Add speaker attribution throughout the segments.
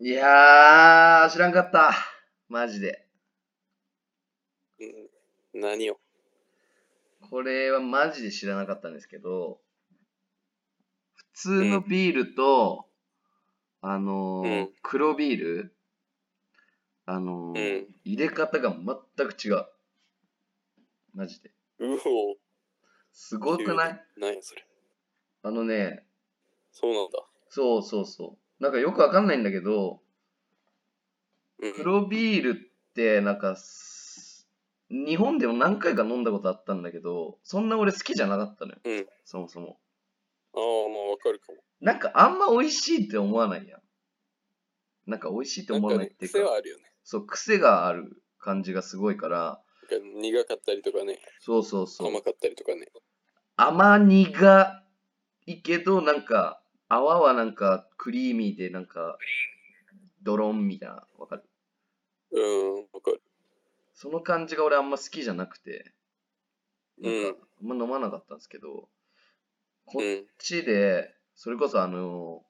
Speaker 1: いやー、知らんかった。マジで。
Speaker 2: うん何を
Speaker 1: これはマジで知らなかったんですけど、普通のビールと、あのー
Speaker 2: うん
Speaker 1: 黒ビール、あのー
Speaker 2: うん
Speaker 1: 入れ方が全く違う。マジで。
Speaker 2: うお
Speaker 1: すごくない
Speaker 2: 何やそれ
Speaker 1: あのね、
Speaker 2: そうなんだ
Speaker 1: そうそうそう。なんかよくわかんないんだけど、
Speaker 2: うん
Speaker 1: 黒ビールってなんかす日本でも何回か飲んだことあったんだけどそんな俺好きじゃなかったのよ、
Speaker 2: うん
Speaker 1: そもそも
Speaker 2: ああまあわかるかも
Speaker 1: なんかあんま美味しいって思わないやんなんか美味しいって
Speaker 2: なん
Speaker 1: 思わ
Speaker 2: か
Speaker 1: ないっ
Speaker 2: ね
Speaker 1: ていうか
Speaker 2: 癖はあるよね
Speaker 1: そう癖がある感じがすごいから
Speaker 2: なんか苦かったりとかね
Speaker 1: そうそうそう
Speaker 2: 甘かったりとかね
Speaker 1: 甘苦いけどなんか泡はなんかクリーミーでなんかドロンみたいなわかる
Speaker 2: うんわかる
Speaker 1: その感じが俺あんま好きじゃなくて
Speaker 2: うん
Speaker 1: なんかあんま飲まなかったんですけど、こ
Speaker 2: う
Speaker 1: っ
Speaker 2: ん
Speaker 1: ちで、それこそあの、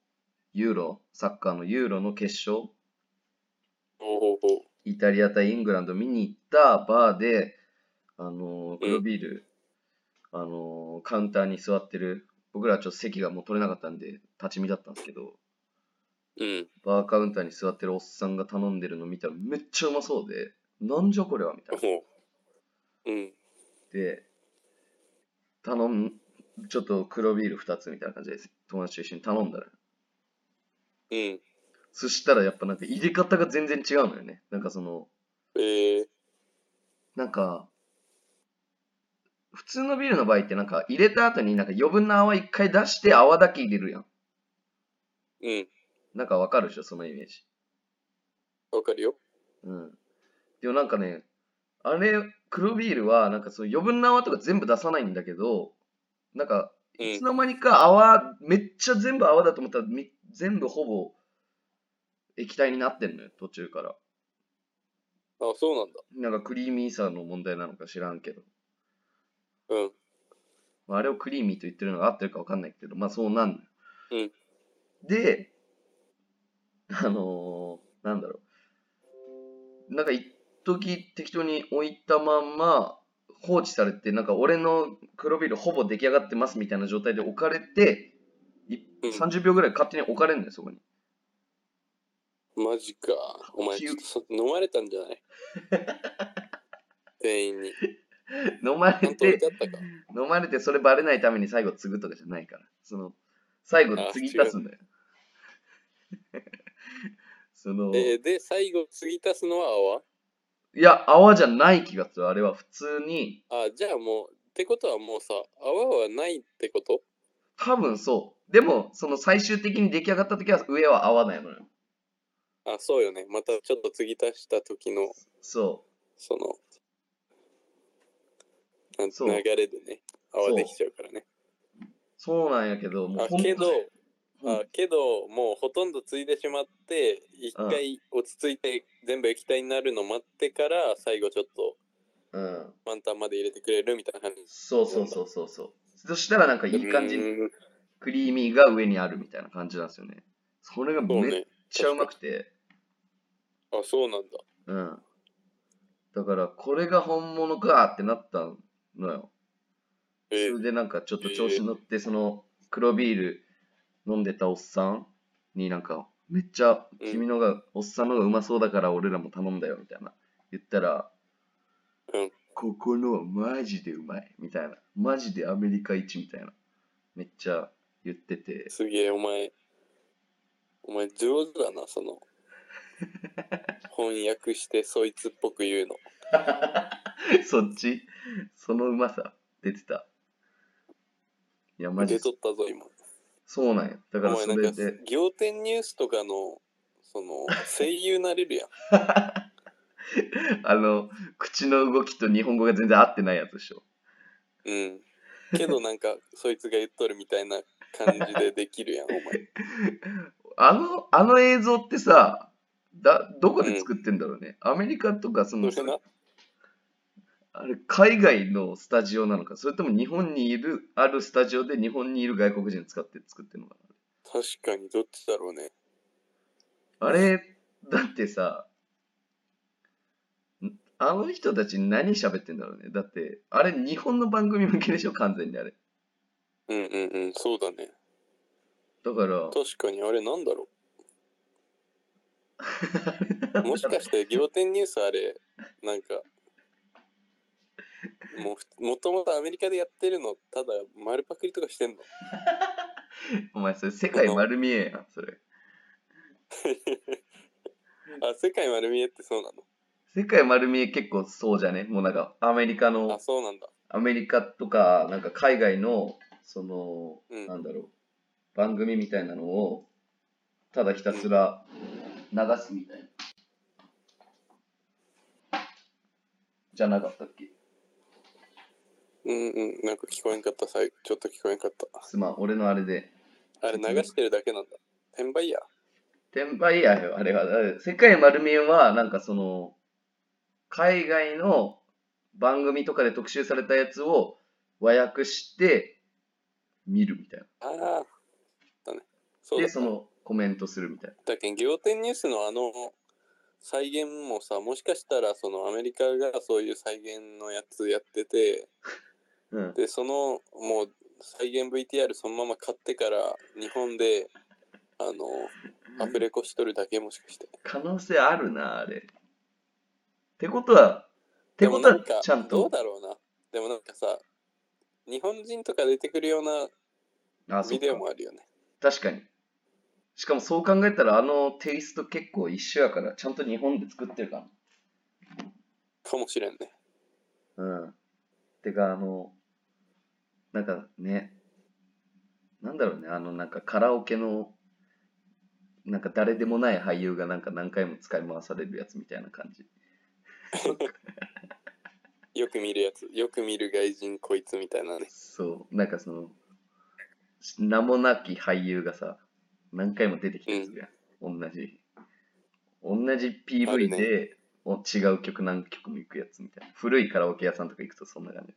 Speaker 1: ユーロ、サッカーのユーロの決勝、
Speaker 2: ほうほうほう
Speaker 1: イタリア対イングランド見に行ったバーで、あの、黒ビール、あの、カウンターに座ってる、僕らはちょっと席がもう取れなかったんで、立ち見だったんですけど、
Speaker 2: うん
Speaker 1: バーカウンターに座ってるおっさんが頼んでるの見たらめっちゃうまそうで、なんじゃこれはみたいな。
Speaker 2: ほううん
Speaker 1: で、頼む、ちょっと黒ビール2つみたいな感じです。友達と一緒に頼んだら。
Speaker 2: うん
Speaker 1: そしたらやっぱなんか入れ方が全然違うのよね。なんかその、
Speaker 2: ええ
Speaker 1: なんか、普通のビールの場合ってなんか入れた後になんか余分な泡一回出して泡だけ入れるやん。
Speaker 2: うん
Speaker 1: なんかわかるでしょ、そのイメージ。
Speaker 2: わかるよ
Speaker 1: うん。でもなんかね、あれ、黒ビールはなんかその余分な泡とか全部出さないんだけど、なんか
Speaker 2: う
Speaker 1: いつ
Speaker 2: ん
Speaker 1: の間にか泡、めっちゃ全部泡だと思ったらみ全部ほぼ液体になってんのよ、途中から。
Speaker 2: あそうなんだ
Speaker 1: なんかクリーミーさの問題なのか知らんけど。
Speaker 2: うん
Speaker 1: まあ、あれをクリーミーと言ってるのが合ってるか分かんないけど、まあそうなんのよで、あのー、なんだろう。なんか一時適当に置いたまんま放置されて、なんか俺の黒ビールほぼ出来上がってますみたいな状態で置かれて、い
Speaker 2: うん
Speaker 1: 30秒ぐらい勝手に置かれるのよ、そこに。
Speaker 2: マジかお前ちょっとそ飲まれたんじ ゃない店員に
Speaker 1: 飲ま
Speaker 2: ち
Speaker 1: れ
Speaker 2: ゃんと置い
Speaker 1: て、
Speaker 2: てあったか
Speaker 1: 飲まれてそれバレないために最後継ぐとかじゃないから。その、最後継ぎ足すんだよ。 その、
Speaker 2: えーで最後継ぎ足すのは泡
Speaker 1: いや、泡じゃない気がする。あれは普通に、
Speaker 2: あじゃあもうってことはもうさ泡はないってこと
Speaker 1: 多分そう。でも、その最終的に出来上がった時は上は泡だよ。
Speaker 2: あそうよねまたちょっと継ぎ足した時の
Speaker 1: そ
Speaker 2: そのなん
Speaker 1: そう
Speaker 2: 流れでね
Speaker 1: そ
Speaker 2: 泡
Speaker 1: う
Speaker 2: できちゃうからね
Speaker 1: う。そうなんやけど、もう
Speaker 2: あ
Speaker 1: ほんと
Speaker 2: けど
Speaker 1: うん
Speaker 2: あけどもうほとんど継いでしまって一回落ち着いて全部液体になるの待ってから最後ちょっと
Speaker 1: うん。
Speaker 2: 満タンまで入れてくれるみたいな感じ
Speaker 1: そうそうそうそうそう。そしたらなんかいい感じ
Speaker 2: う
Speaker 1: に
Speaker 2: ーん
Speaker 1: クリーミーが上にあるみたいな感じなんですよね。それが
Speaker 2: そう
Speaker 1: めっ
Speaker 2: ね
Speaker 1: ちゃうまくて。
Speaker 2: あそうなんだ
Speaker 1: うん。だから、これが本物かってなったのよ。
Speaker 2: え
Speaker 1: そ
Speaker 2: ー
Speaker 1: れでなんかちょっと調子乗って、その黒ビール飲んでたおっさんになんか、めっちゃ
Speaker 2: うん
Speaker 1: 君のが、おっさんのがうまそうだから俺らも頼んだよみたいな言ったら、
Speaker 2: うん
Speaker 1: ここのはマジでうまいみたいな。マジでアメリカ一みたいな。めっちゃ言って て。
Speaker 2: すげえお前お前上手だな その翻訳してそいつっぽく言うの
Speaker 1: そっちそのうまさ出てた。いや、マ
Speaker 2: 受
Speaker 1: ジ
Speaker 2: け取ったぞ今
Speaker 1: そうなんや。だからそ
Speaker 2: お前な
Speaker 1: れ
Speaker 2: んか
Speaker 1: で。
Speaker 2: 仰天ニュースとかのその声優なれ るやん
Speaker 1: あの、口の動きと日本語が全然合ってないやつでしょ。
Speaker 2: うんけどなんかそいつが言っとるみたいな感じでできるやん お前
Speaker 1: あの、あの映像ってさ、だ、どこで作ってんだろうね。アメリカとか、その、
Speaker 2: それな
Speaker 1: あれ、海外のスタジオなのか、それとも日本にいる、あるスタジオで日本にいる外国人使って作ってるのか
Speaker 2: 確かにどっちだろうね
Speaker 1: あれ、だってさ、んあの人たち何喋ってんだろうね。だって、あれ日本の番組向けでしょ、完全にあれ。
Speaker 2: うんうんうん、そうだね。
Speaker 1: だから、
Speaker 2: 確かにあれなんだろ う。もしかして仰天ニュースあれ、なんか、もうふもともとアメリカでやってるの、ただ丸パクリとかしてんの。
Speaker 1: お前それ世界丸見えやん、それ。
Speaker 2: あ、世界丸見えってそうな
Speaker 1: 世界丸見え結構そうじゃねもうなんかアメリカ
Speaker 2: の。あ、
Speaker 1: の、
Speaker 2: そうなんだ。
Speaker 1: アメリカとか、なんか海外の、その、
Speaker 2: うん
Speaker 1: なんだろう、番組みたいなのを、ただひたすら流すみたいな。じゃなかったっけ
Speaker 2: うんうん、なんか聞こえんかった、最後ちょっと聞こえんかった。
Speaker 1: すまん、俺のあれで。
Speaker 2: あれ流してるだけなんだ。転売や。
Speaker 1: 転売やよ、あれは。だから世界丸見えは、なんかその、海外の番組とかで特集されたやつを和訳して見るみたい
Speaker 2: ああ、だね。そ
Speaker 1: な。
Speaker 2: うだ
Speaker 1: で、
Speaker 2: った
Speaker 1: そのコメントするみたいな。
Speaker 2: だけん仰天ニュースのあの再現もさもしかしたらそのアメリカがそういう再現のやつやってて
Speaker 1: うん。
Speaker 2: でそのもう再現 VTR そのまま買ってから日本であのアフレコしとるだけもしかして
Speaker 1: 可能性あるな、あれ。ってことは、って
Speaker 2: で
Speaker 1: こ
Speaker 2: も
Speaker 1: と
Speaker 2: なん
Speaker 1: は
Speaker 2: か、
Speaker 1: ちゃん
Speaker 2: どう
Speaker 1: と。
Speaker 2: だろうなでもなんかさ日本人とか出てくるような
Speaker 1: あ、そ
Speaker 2: ビ
Speaker 1: う
Speaker 2: デオもあるよね
Speaker 1: 確かに。しかもそう考えたら、あのテイスト結構一緒やから、ちゃんと日本で作ってるかも。
Speaker 2: かもしれんね
Speaker 1: うん。てか、あの、なんかね、なんだろうね、あの、なんかカラオケの、なんか誰でもない俳優がなんか何回も使い回されるやつみたいな感じ。
Speaker 2: よく見るやつよく見る外人こいつみたいなね
Speaker 1: そう、なんかその、名もなき俳優がさ、何回も出てきたやつが、同じ、同じ
Speaker 2: ある
Speaker 1: PV
Speaker 2: ね
Speaker 1: で、お違う曲何曲も行くやつみたいな。古いカラオケ屋さんとか行くとそんな感じ。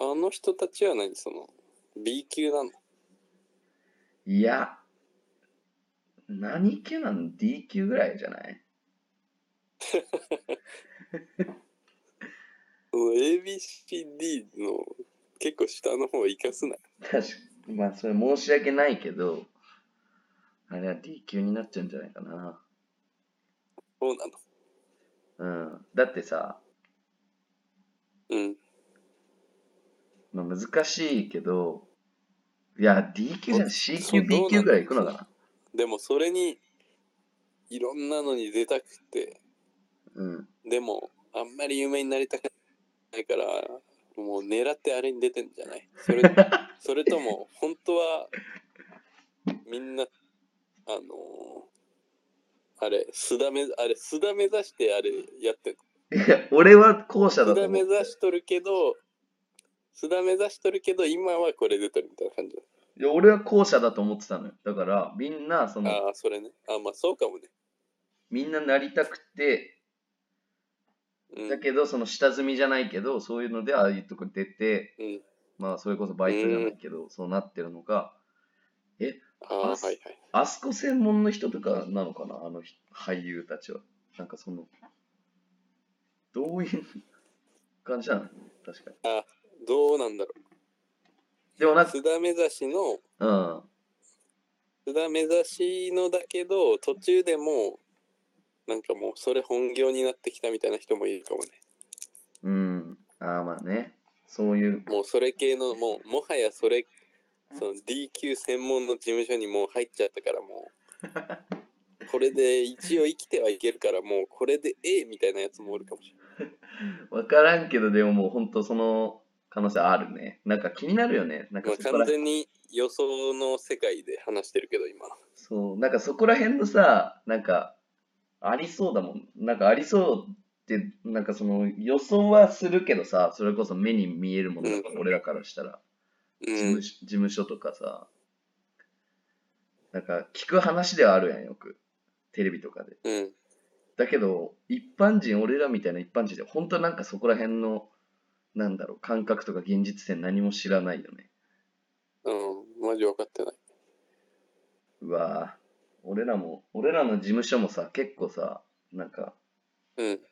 Speaker 2: あの人たちは何その B 級なの
Speaker 1: いや、何級なの ?D 級ぐらいじゃない
Speaker 2: その ABCD の結構下の方を生かすな。
Speaker 1: 確かに、まあそれ申し訳ないけど、あれは D 級になっちゃうんじゃないかな。
Speaker 2: そうなの。
Speaker 1: うん。だってさ、
Speaker 2: うん。
Speaker 1: まあ、難しいけど、いや、D 級じゃん、
Speaker 2: あ
Speaker 1: C
Speaker 2: そ
Speaker 1: 級、
Speaker 2: うどう
Speaker 1: B
Speaker 2: なんだ
Speaker 1: 級ぐらい行くのかな。
Speaker 2: でもそれにいろんなのに出たくて、
Speaker 1: うん。
Speaker 2: でもあんまり有名になりたくないから、もう狙ってあれに出てんじゃない それそれとも本当はみんな、あのーあれ、須田め、あれ、須田目指してあれやってんの
Speaker 1: いや、俺は後者
Speaker 2: 須
Speaker 1: だと
Speaker 2: 田目
Speaker 1: 思う。
Speaker 2: 指しとるけど、須田目指しとるけど、今はこれ出てるみたいな感じだ。
Speaker 1: いや、俺は後者だと思ってたのよ。だから、みんな、その、
Speaker 2: ああ、それね。ああ、まあそうかもね。
Speaker 1: みんななりたくて、
Speaker 2: うん。う
Speaker 1: だけど、その下積みじゃないけど、そういうので、ああいうとこ出て、
Speaker 2: ん、
Speaker 1: まあ、それこそバイトじゃないけど、そうなってるのか、
Speaker 2: ああ、
Speaker 1: あ
Speaker 2: はいはい。
Speaker 1: あそこ専門の人とかなのかな、あのひ俳優たちは。なんかその、どういう感じなの確かに。
Speaker 2: どうなんだろ
Speaker 1: でもな
Speaker 2: う。
Speaker 1: んか、
Speaker 2: 須田目指しの、
Speaker 1: うん。
Speaker 2: 須田目指しのだけど、途中でもう、なんかもうそれ本業になってきたみたいな人もいるかもね。
Speaker 1: うん。ああ、まあね。そういう、
Speaker 2: もうそれ系の、もう、もはやそれ、その D 級専門の事務所にもう入っちゃったからも う、これで一応生きてはいけるから、もうこれでええみたいなやつもおるかもしれない。
Speaker 1: わからんけど、でももう本当その可能性あるね。なんか気になるよね。なんか
Speaker 2: まあ、
Speaker 1: そこら
Speaker 2: 完全に予想の世界で話してるけど今
Speaker 1: そう、なんかそこら辺のさ、なんか、ありそうだもん。なんかありそうって、なんかその予想はするけどさ、それこそ目に見えるものだから、
Speaker 2: うん
Speaker 1: 俺らからしたら。
Speaker 2: う
Speaker 1: 事務
Speaker 2: ん
Speaker 1: 所事務所とかさ、なんか聞く話ではあるやん、よく。テレビとかで。
Speaker 2: うん
Speaker 1: だけど、一般人、俺らみたいな一般人で、本当なんかそこら辺の、なんだろう、感覚とか現実性何も知らないよね。
Speaker 2: うんマジ分かってない
Speaker 1: うわぁ俺らも、俺らの事務所もさ、結構さ、なんか、
Speaker 2: うん。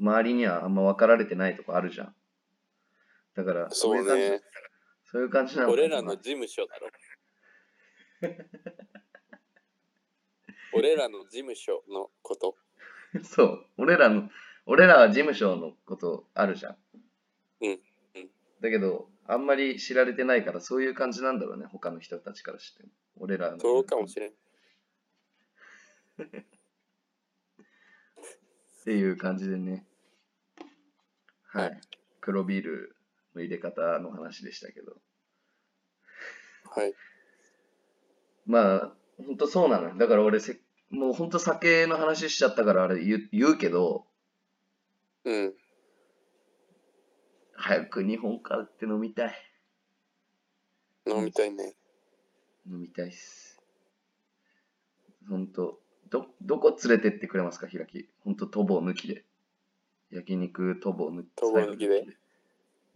Speaker 1: 周りにはあんま分かられてないとこあるじゃん。だから、
Speaker 2: そう
Speaker 1: い感
Speaker 2: ね
Speaker 1: じ。そういう感じなの
Speaker 2: 俺らの事務所だろ。俺らの事務所のこと。
Speaker 1: そう、俺らの、俺らは事務所のことあるじゃん。
Speaker 2: うんうん
Speaker 1: だけど、あんまり知られてないから、そういう感じなんだろうね、他の人たちからしても。俺らの。
Speaker 2: そうかもしれん。
Speaker 1: っていう感じでね。は。
Speaker 2: はい
Speaker 1: 黒ビールの入れ方の話でしたけど。
Speaker 2: はい。
Speaker 1: まあ、ほんとそうなのよ。だから俺せ、もうほんと酒の話しちゃったからあれ言う言うけど、
Speaker 2: うん。
Speaker 1: 早く日本買って飲みたい。
Speaker 2: 飲みたいね。
Speaker 1: 飲みたいっす。ほんと、ど、どこ連れてってくれますか、開き。ほんと、トボ抜きで。焼肉、トボ抜き。
Speaker 2: トボ抜きで
Speaker 1: 最後抜き。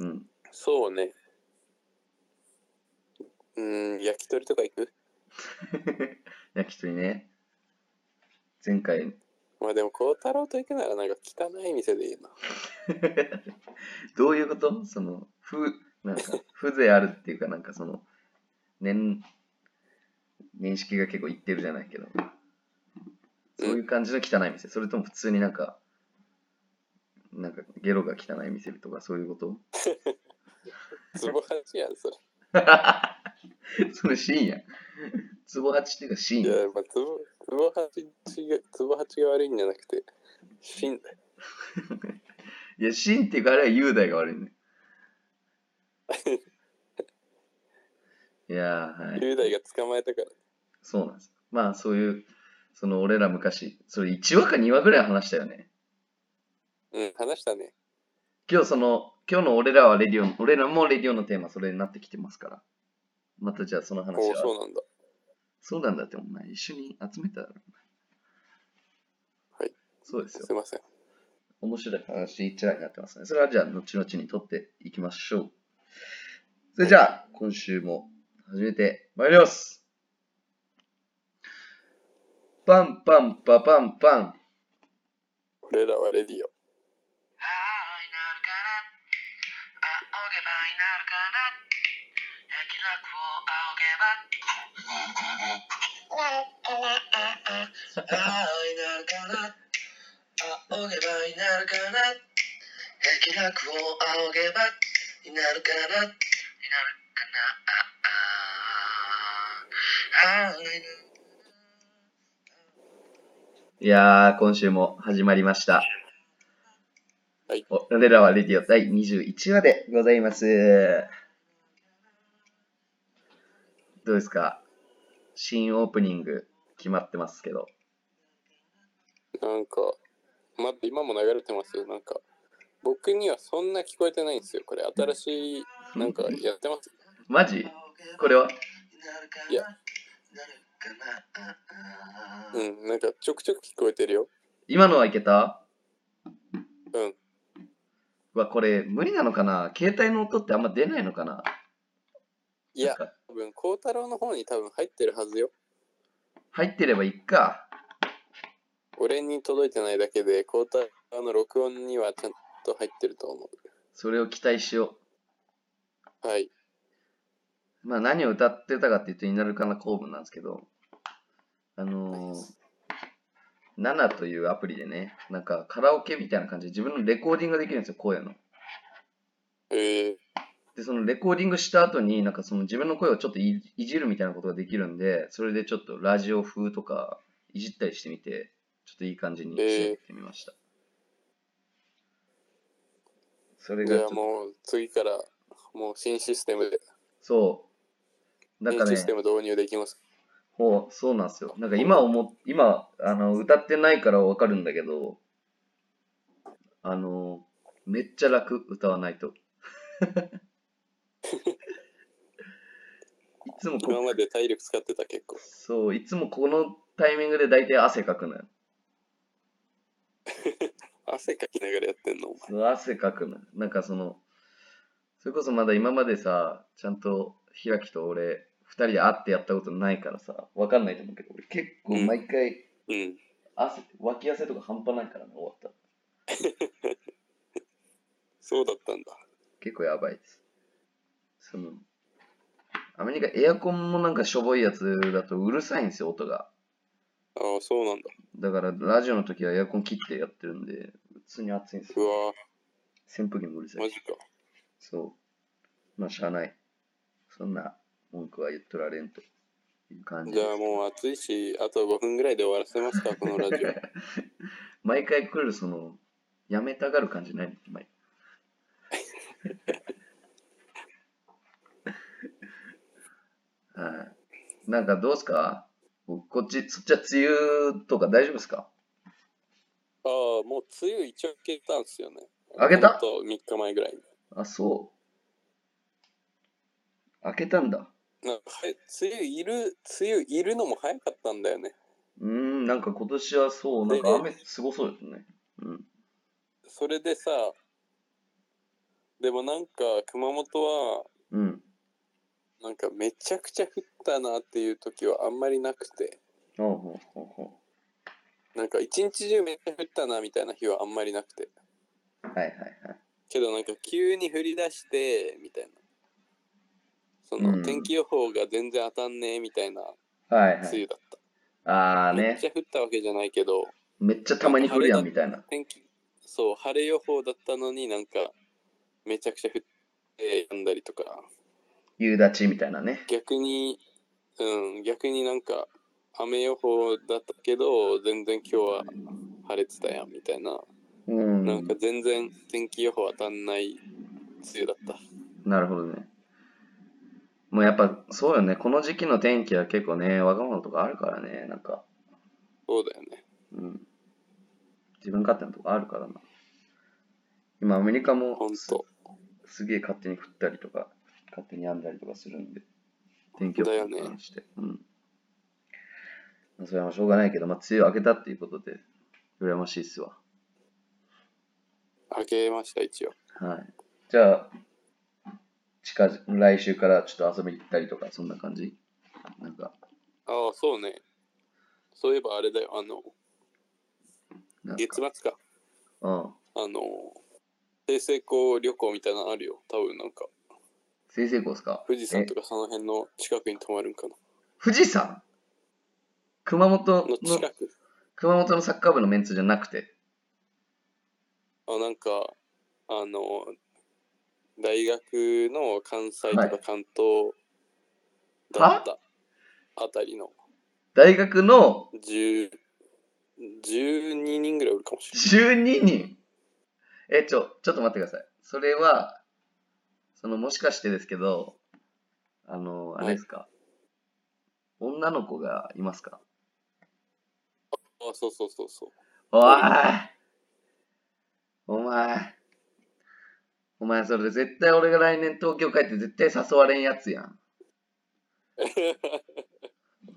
Speaker 1: うん。
Speaker 2: そうね。うん、焼き鳥とか行く
Speaker 1: 焼き鳥ね。前回、
Speaker 2: まあでも、孝太郎と行くなら、なんか汚い店でいいな。
Speaker 1: どういうことその、ふ、なんか、風情あるっていうか、なんかその、年、年式が結構いってるじゃないけど、そういう感じの汚い店、それとも普通になんか、なんかゲロが汚い店とかそういうこと
Speaker 2: つぼはちやん、それ。
Speaker 1: それシーンやん。ツボハチっていうかシ
Speaker 2: い
Speaker 1: ーンや
Speaker 2: や、まあ、つぼ、つぼはちが、つぼはちが悪いんじゃなくて、死んだ。
Speaker 1: ん。いや、シーンっていうかあれは雄大が悪いね。いやー、はい。
Speaker 2: 雄大が捕まえたから。
Speaker 1: そうなんです。まあ、そういう、その俺ら昔、それ1話か2話ぐらい話したよね。
Speaker 2: うん、話したね。
Speaker 1: 今日その、今日の俺らはレディオ、俺らもレディオのテーマそれになってきてますから。またじゃあその話
Speaker 2: おお、
Speaker 1: は。
Speaker 2: そうなんだ。
Speaker 1: そうなんだって、お前、一緒に集めたら。
Speaker 2: はい。
Speaker 1: そうですよ
Speaker 2: す。いません。
Speaker 1: 面白い話一覧になってますね。それはじゃあ、後々に取っていきましょう。それじゃあ、今週も始めてまいります。パンパンパパンパン。
Speaker 2: 俺らはレディオ。
Speaker 3: ああになるかなあおげばになるかな焼きなくをあおげばああになるかなあおげばになるかな焼きなくをあおげばになるかなになるかなああああになる
Speaker 1: いやー、今週も始まりました。
Speaker 2: はい
Speaker 1: お。俺らはレディオ第21話でございます。どうですか新オープニング決まってますけど。
Speaker 2: なんか、ま、今も流れてますよ。なんか、僕にはそんな聞こえてないんですよ。これ、新しい、なんかやってます。
Speaker 1: マジこ
Speaker 3: こ
Speaker 1: れ
Speaker 3: れは
Speaker 1: はい
Speaker 2: い
Speaker 3: や
Speaker 2: や
Speaker 3: う
Speaker 2: うん、なんかちょくちょく聞こえてるよ。
Speaker 1: 今のはいけた
Speaker 2: うん。
Speaker 1: うわ、これ無理なのかな携帯の音ってあんま出ないのかない
Speaker 2: や、多分、孝太郎の方に多分入ってるはずよ。
Speaker 1: 入ってればいいか。
Speaker 2: 俺に届いてないだけで、孝太郎の録音にはちゃんと入ってると思
Speaker 1: それを期待しよ
Speaker 2: う。はい。
Speaker 1: う。まあ何を歌ってたかっていうとになるかな公文なんですけど、あのー、ナナというアプリでね、なんかカラオケみたいな感じで自分のレコーディングができるんですよ、声の。
Speaker 2: えー、
Speaker 1: で、そのレコーディングした後に、なんかその自分の声をちょっといいじるみたいなことができるんで、それでちょっとラジオ風とかいじったりしてみて、ちょっといい感じに仕上げてみました。それ
Speaker 2: じ
Speaker 1: がちょ
Speaker 2: ゃ
Speaker 1: っと、
Speaker 2: あもう次から、もう新システムで、
Speaker 1: そう。なん
Speaker 2: 新
Speaker 1: か
Speaker 2: システ
Speaker 1: ね、
Speaker 2: ム導入できます。
Speaker 1: ほうそうなんですよ。なんか今思っ、今、あの、歌ってないからわかるんだけど、あの、めっちゃ楽、歌わ ないと。いつもこ
Speaker 2: 今まで体力使ってた結構。
Speaker 1: そう、いつもこのタイミングで大体汗かくのよ。
Speaker 2: 汗かきながらやってんの、お前。
Speaker 1: そう汗かくのよ。なんかその、それこそまだ今までさ、ちゃんと、ひらきと俺、人で会ってやったことないからさ、わかんないと思うけど、俺結構毎回
Speaker 2: うん。
Speaker 1: 汗、脇汗とか半端ないからね、終わったら。
Speaker 2: そうだったんだ。
Speaker 1: 結構やばいです。その、アメリカエアコンもなんかしょぼいやつだとうるさいんですよ、音が。
Speaker 2: ああ、そうなんだ。
Speaker 1: だからラジオの時はエアコン切ってやってるんで、普通に暑いんです
Speaker 2: う
Speaker 1: よ。
Speaker 2: わ
Speaker 1: 扇風機もうるさ
Speaker 2: マ
Speaker 1: い
Speaker 2: ジ
Speaker 1: し。
Speaker 2: か。
Speaker 1: そう。まあ、しゃあない。そんな文句は言っとられんという感じ
Speaker 2: じ
Speaker 1: です。
Speaker 2: ゃあもう暑いし、あと5分ぐらいで終わらせますか、このラ ジオ。
Speaker 1: 毎回来るそのやめたがる感じない毎回はいなんかどうすか僕こっちそっちは梅雨とか大丈夫ですか
Speaker 2: ああ、もう梅雨一応明けたんですよね。
Speaker 1: 明けた
Speaker 2: ほんと3日前ぐらいに。
Speaker 1: あそう開けたんだ
Speaker 2: なんかはや梅雨いる、梅雨いるのも早かったんだよね。
Speaker 1: うーんなんか今年はそうなんか雨すごそうですねうん
Speaker 2: それでさ、でもなんか熊本は、
Speaker 1: うん
Speaker 2: なんかめちゃくちゃ降ったなっていう時はあんまりなくて、
Speaker 1: ほうほうほうほ
Speaker 2: なんか一日中めっちゃ降ったなみたいな日はあんまりなくて。
Speaker 1: うはいはいはい
Speaker 2: けどなんか急に降り出してみたいなその、
Speaker 1: うん
Speaker 2: 天気予報が全然当たんねえみたいな
Speaker 1: はいは
Speaker 2: 梅雨
Speaker 1: い
Speaker 2: だった、
Speaker 1: ああ
Speaker 2: めっ
Speaker 1: ね
Speaker 2: ちゃ降ったわけじゃないけど
Speaker 1: めっちゃたまに降るやんみたいな
Speaker 2: 天気そう晴れ予報だったのになんかめちゃくちゃ降ってやんだりとか
Speaker 1: 夕立ちみたいなね
Speaker 2: 逆にうん逆になんか雨予報だったけど全然今日は晴れてたやんみたいな、
Speaker 1: うん
Speaker 2: なんか全然天気予報当たんない梅雨だった
Speaker 1: なるほどね。もうやっぱそうよね、この時期の天気は結構ね、わがままとかあるからね、なんか、
Speaker 2: そうだよね
Speaker 1: うん。自分勝手なとこあるからな。今、アメリカも
Speaker 2: ほんと
Speaker 1: すげえ勝手に降ったりとか、勝手にやんだりとかするんで、天気予報
Speaker 2: だよね
Speaker 1: に関して。うん。まあそれはしょうがないけど、まあ、梅雨明けたっていうことで、羨ましいっすわ。
Speaker 2: 開けました一応
Speaker 1: はい。じゃあ、近々来週からちょっと遊びに行ったりとか、そんな感じなんか、
Speaker 2: ああそうねそういえばあれだよあの
Speaker 1: なんか
Speaker 2: 月末か
Speaker 1: うん。
Speaker 2: あの定成校旅行みたいなのあるよ多分なんか
Speaker 1: 先生校ですか
Speaker 2: 富士山と
Speaker 1: か
Speaker 2: かその辺の近くに泊まるんかな
Speaker 1: 富士山熊本
Speaker 2: の
Speaker 1: の
Speaker 2: 近く
Speaker 1: 熊本のサッカー部のメンツじゃなくて
Speaker 2: あなんかあの大学の関西と
Speaker 1: は
Speaker 2: か
Speaker 1: い
Speaker 2: 関東だったあたりの
Speaker 1: 大学の
Speaker 2: 10 12人ぐらいおるかもしれない
Speaker 1: 12人えちょちょっと待ってくださいそれはそのもしかしてですけどあのあれですか、女の子がいますか
Speaker 2: あそうそうそうそう
Speaker 1: おいお前お前それ絶対俺が来年東京帰って絶対誘われんやつやん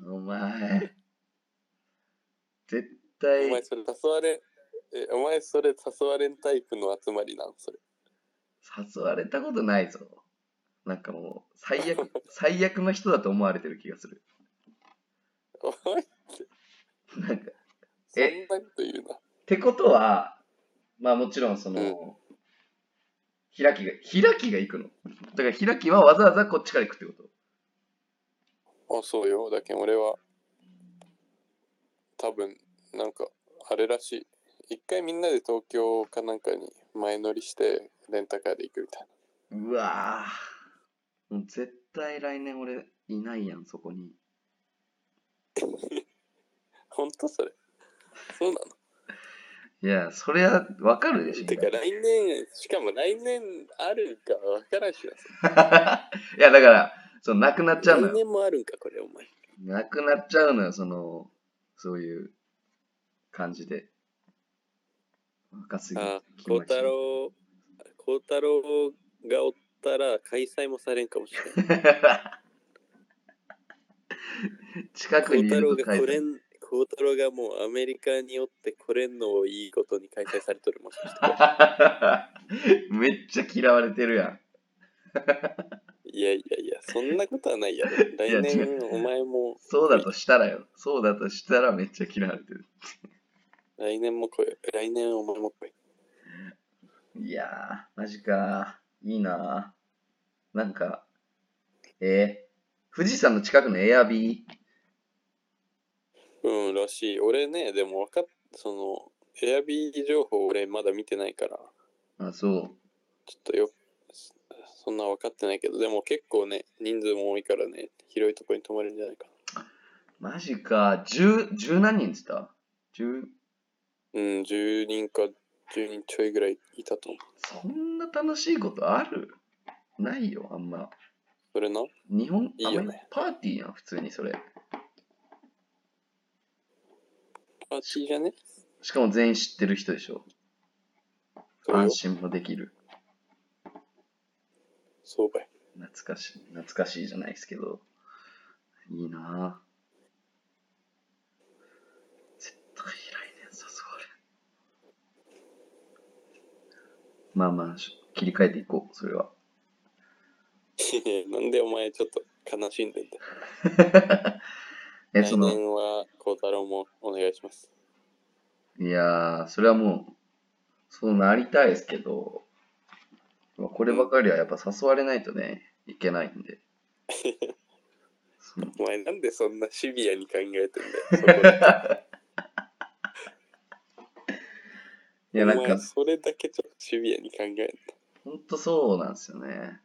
Speaker 1: お前絶対
Speaker 2: お前それ誘われ、え、お前それ誘われんタイプの集まりなんそれ。
Speaker 1: 誘われたことないぞ。なんかもう、最 悪、最悪の人だと思われてる気がする。
Speaker 2: お前
Speaker 1: なんか、
Speaker 2: そんなこと言うな。
Speaker 1: てことは、まあもちろんその、開きが、開きが行くの。だから開きはわざわざこっちから行くってこと。
Speaker 2: あ、そうよ。だけど俺は、多分、なんか、あれらしい。一回みんなで東京かなんかに前乗りして、レンタカーで行くみた いう
Speaker 1: わぁ。もう絶対来年俺いないやん、そこに。
Speaker 2: な。ほんとそれ。そうなの。
Speaker 1: いや、それはわかるでしょ。
Speaker 2: てか来年、しかも来年あるんかわからんしな。
Speaker 1: いや、だから、その、なくなっちゃうの
Speaker 2: 来
Speaker 1: よ。
Speaker 2: 年もあるんか、これお前。
Speaker 1: なくなっちゃうのよ、その、そういう感じで。若すぎ
Speaker 2: あ、
Speaker 1: 気
Speaker 2: 孝
Speaker 1: 持ち
Speaker 2: 太郎、孝太郎がおったら開催もされんかもしれない。
Speaker 1: 近く
Speaker 2: 孝
Speaker 1: にい
Speaker 2: 太郎
Speaker 1: ると
Speaker 2: が
Speaker 1: 書い
Speaker 2: こ
Speaker 1: て
Speaker 2: れ
Speaker 1: ある
Speaker 2: ん、孝太郎がもうアメリカにおってこれんのをいいことに開催されとるもしかして。
Speaker 1: めっちゃ嫌われてるやん。
Speaker 2: いやいやいや、そんなことはないやろ。来
Speaker 1: 違
Speaker 2: 年、お前も、
Speaker 1: そうだとしたらよ。そうだとしたらめっちゃ嫌われてる。
Speaker 2: 来年も来い。来年お前も来い。
Speaker 1: いやー、マジか。いいなー。なんか、えー、富士山の近くのエアビー。
Speaker 2: うん、らしい。俺ね、でも分かっ、その、エアビー情報俺まだ見てないから、
Speaker 1: あ、そう。
Speaker 2: ちょっとよ、そそんな分かってないけど、でも結構ね、人数も多いからね、広いとこに泊まれるんじゃないか
Speaker 1: マジか。十、十何人っつった十、
Speaker 2: な。うん、10人か10人ちょいぐらいいたと思う。
Speaker 1: そんな楽しいことあるないよ、あんま。
Speaker 2: それな。
Speaker 1: 日本、
Speaker 2: いいよね
Speaker 1: アメリカパーティーやん、普通にそれ。
Speaker 2: パーティーじゃね
Speaker 1: しかも全員知ってる人でしょ。
Speaker 2: そうよ
Speaker 1: 安。心もできる。
Speaker 2: そうばい。
Speaker 1: 懐かしい、懐かしいじゃないですけど。いいなぁ。絶対来年誘われん。まあまあ、し切り替えていこう、それは。
Speaker 2: いや なんでお前ちょっと悲しんでんだ。
Speaker 1: え、
Speaker 2: 来
Speaker 1: その、
Speaker 2: 年は孝太郎もお願いします。
Speaker 1: いやー、それはもう、そうなりたいですけど、まあこればかりはやっぱ誘われないとね、いけないんで。そう
Speaker 2: お前なんでそんなシビアに考え てんだよ。そこだけ
Speaker 1: いや、なん
Speaker 2: お
Speaker 1: か
Speaker 2: 前、それだけちょっとシビアに考える
Speaker 1: ほんとそうなんですよね。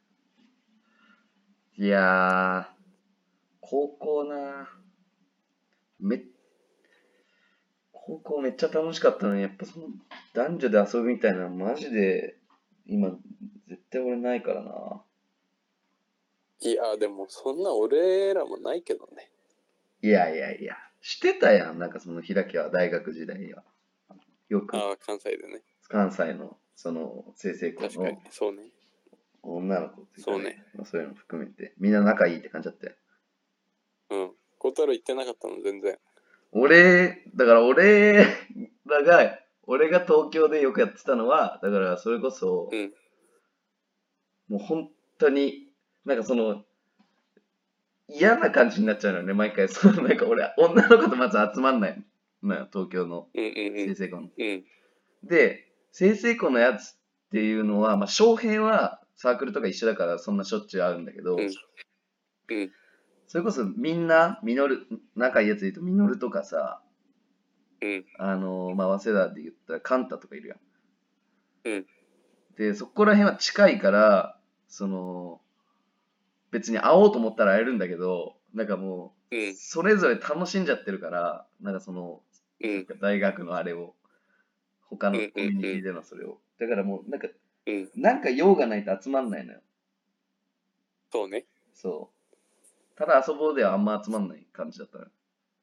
Speaker 1: いやー、高校なめ高校めっちゃ楽しかったのに、やっぱその男女で遊ぶみたいなのマジで今絶対俺ないからな。
Speaker 2: いやでもそんな俺らもないけどね
Speaker 1: いやいやいや、してたやん、なんかその開きは大学時代は。よく
Speaker 2: ああ関西でね
Speaker 1: 関西のその生成校
Speaker 2: 確かに
Speaker 1: の
Speaker 2: そうね
Speaker 1: 女の子っていうか、
Speaker 2: そうね
Speaker 1: まあ、そういうの含めて、みんな仲いいって感じだったよ。
Speaker 2: うん小太郎行ってなかったの全然
Speaker 1: 俺、だから俺らが、俺が東京でよくやってたのは、だからそれこそ、
Speaker 2: うん
Speaker 1: もう本当に、なんかその、嫌な感じになっちゃうのよね、毎回。 そのなんか俺、女の子とまず集まんないのよ、東京の
Speaker 2: うんうんう
Speaker 1: 生
Speaker 2: ん
Speaker 1: 成校の。
Speaker 2: うん
Speaker 1: で、先生校のやつっていうのは、まあ、小編はサークルとか一緒だから、そんなしょっちゅう会うんだけど、
Speaker 2: うんうん
Speaker 1: それこそみんな、ミノル、仲いいやつで言うと、ミノルとかさ、
Speaker 2: うん
Speaker 1: あのーまあ、早稲田で言ったら、カンタとかいるやん。
Speaker 2: うん
Speaker 1: で、そこら辺は近いから、その、別に会おうと思ったら会えるんだけど、なんかも
Speaker 2: う
Speaker 1: う、
Speaker 2: ん
Speaker 1: それぞれ楽しんじゃってるから、なんかその、
Speaker 2: うん
Speaker 1: 大学のあれを、他の
Speaker 2: うんうん
Speaker 1: コミュニティでのそれを。だからもう、なんか、
Speaker 2: うん
Speaker 1: なんか用がないと集まんないのよ。
Speaker 2: そうね
Speaker 1: そう。ただ遊ぼうではあんま集まんない感じだったのよ。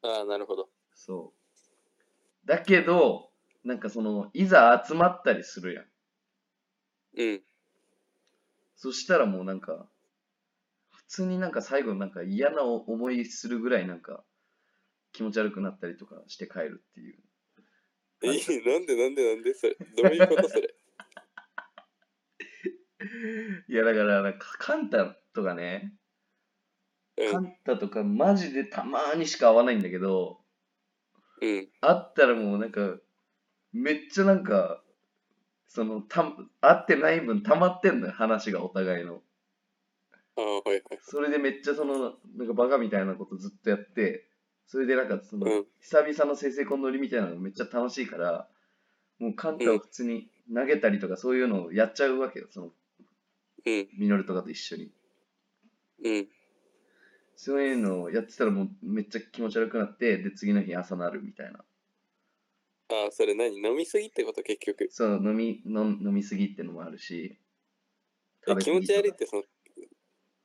Speaker 2: ああなるほど
Speaker 1: そう。だけど、なんかその、いざ集まったりするやん。
Speaker 2: うん
Speaker 1: そしたらもうなんか、普通になんか最後なんか嫌な思いするぐらいなんか気持ち悪くなったりとかして帰るっていう。
Speaker 2: え なんでなんでなんでそれどういうことそれ
Speaker 1: いやだからなんかカンタとかね、
Speaker 2: う
Speaker 1: カ
Speaker 2: ん
Speaker 1: ンタとかマジでたまーにしか会わないんだけど、
Speaker 2: うん
Speaker 1: 会ったらもうなんか、めっちゃなんか、そのた会ってない分溜まってんのよ、話がお互いの。
Speaker 2: ああはいはい
Speaker 1: それでめっちゃその、なんかバカみたいなことずっとやって、それでなんかその、
Speaker 2: うん
Speaker 1: 久々の生成コン乗りみたいなのがめっちゃ楽しいから、もうカンタを普通に投げたりとかそういうのをやっちゃうわけよ、その、
Speaker 2: うん
Speaker 1: ミノルとかと一緒に。
Speaker 2: うん
Speaker 1: そういうのをやってたらもうめっちゃ気持ち悪くなって、で、次の日朝なるみたいな。
Speaker 2: ああそれ何飲みすぎってこと結局
Speaker 1: その飲み、飲飲みすぎってのもあるし、
Speaker 2: え
Speaker 1: 食べ過ぎ
Speaker 2: 気持ち悪いっ
Speaker 1: とか
Speaker 2: てその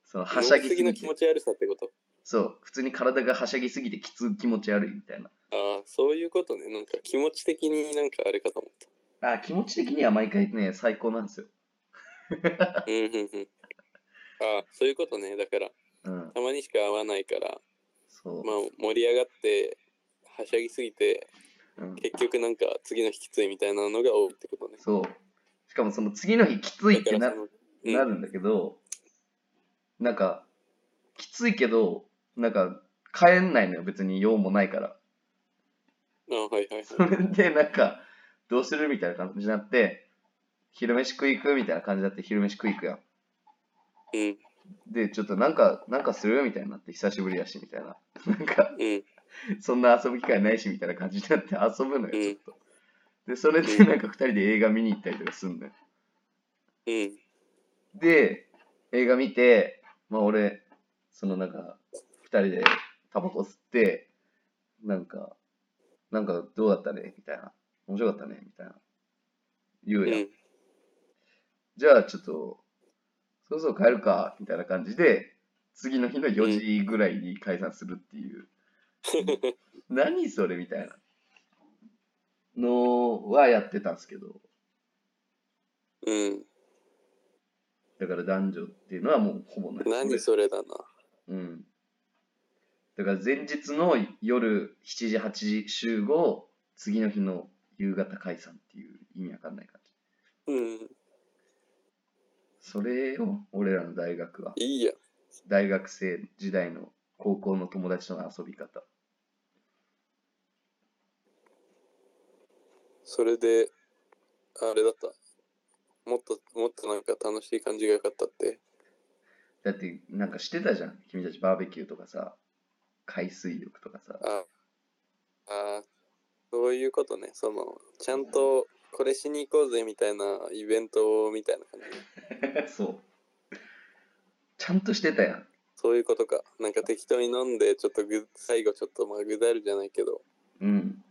Speaker 1: そのはしゃ
Speaker 2: 飲
Speaker 1: ぎ
Speaker 2: み
Speaker 1: すぎ
Speaker 2: すぎ
Speaker 1: て
Speaker 2: の気持ち悪さってこと
Speaker 1: そう、普通に体がはしゃぎすぎてきつ気持ち悪いみたいな。
Speaker 2: ああそういうことねなんか気持ち的になんかあれかと思った
Speaker 1: あ、気持ち的には毎回ね、最高なんですよ。
Speaker 2: うんうんうん。ああ、そういうことね。だから、
Speaker 1: うん、
Speaker 2: たまにしか会わないから、
Speaker 1: そう。
Speaker 2: まあ、盛り上がって、はしゃぎすぎて、
Speaker 1: うん、
Speaker 2: 結局なんか次の日きついみたいなのが多いってことね。
Speaker 1: そう。しかもその次の日きついって
Speaker 2: だか
Speaker 1: な
Speaker 2: らその、うん
Speaker 1: なるんだけど、なんか、きついけど、なんか、帰んないのよ、別に用もないから。
Speaker 2: あはいはい
Speaker 1: そ
Speaker 2: はい。
Speaker 1: れ で、なんか、どうするみたいな感じになって、昼飯食い行くみたいな感じになって、昼飯食い行くやん。
Speaker 2: うん
Speaker 1: で、ちょっとなんか、なんかするみたいになって、久しぶりやし、みたいな。 なんか、
Speaker 2: うん
Speaker 1: そんな遊ぶ機会ないし、みたいな感じになって遊ぶのよ、
Speaker 2: うん
Speaker 1: ちょっと。で、それでなんか二人で映画見に行ったりとかすんのよ。
Speaker 2: うん
Speaker 1: で、映画見て、まあ俺、そのなんか、二人でタバコ吸って、なんか、なんかどうだったねみたいな。面白かったねみたいな。言う
Speaker 2: う
Speaker 1: やん。
Speaker 2: ん
Speaker 1: じゃあちょっと、そろそろ帰るか、みたいな感じで、次の日の4時ぐらいに解散するって いう。何それみたいな。のはやってたんですけど。
Speaker 2: うん。
Speaker 1: だから男女っていうのはもうほぼない。
Speaker 2: 何それだな。
Speaker 1: うん。だから前日の夜7時、8時集合、次の日の夕方解散っていう意味わかんない感じ。
Speaker 2: うん。
Speaker 1: それを俺らの大学は、
Speaker 2: いいや。
Speaker 1: 大学生時代の高校の友達との遊び方。
Speaker 2: それで、あれだった。もっと、もっとなんか楽しい感じが良かったって。
Speaker 1: だってなんかしてたじゃん。君たちバーベキューとかさ、海水浴とか さ。
Speaker 2: ああ、そういうことね。その、ちゃんとこれしに行こうぜみたいなイベントみたいな感じ。
Speaker 1: そう。ちゃんとしてたやん。
Speaker 2: そういうことか。なんか適当に飲んで、ちょっとぐ、最後ちょっとまあぐだるじゃないけど、
Speaker 1: うん。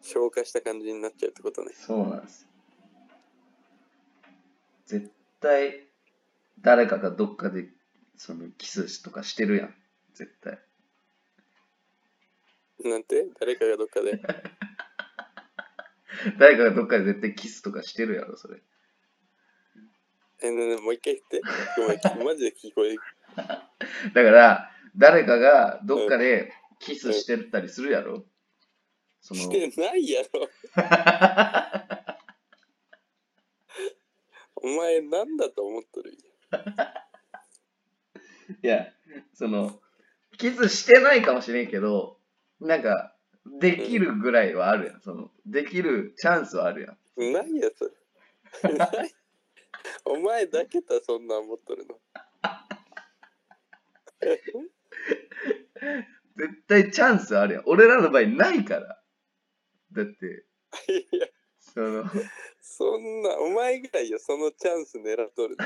Speaker 2: 消化した感じになっちゃうってことね。
Speaker 1: そうなんですよ。絶対、誰かがどっかで、その、キスとかしてるやん。絶対。
Speaker 2: なんて誰かがどっかで。
Speaker 1: 誰かがどっかで絶対キスとかしてるやろ、それ。
Speaker 2: え、ねえねえもう一回言って。ごめん、マジで聞こえ。
Speaker 1: だから、誰かがどっかでキスしてたりするやろ。その
Speaker 2: し、て ないやろ。お前なんだと思っとる
Speaker 1: いや、その、キスしてないかもしれんけど、なんか、できるぐらいはあるやん。その、できるチャンスはあるやん。
Speaker 2: ないやつ。ないお前だけだそんな思っとるの。
Speaker 1: 絶対チャンスあるやん。俺らの場合ないから。だって、
Speaker 2: いや
Speaker 1: その、
Speaker 2: そんなお前ぐらいよそのチャンス狙っとるの。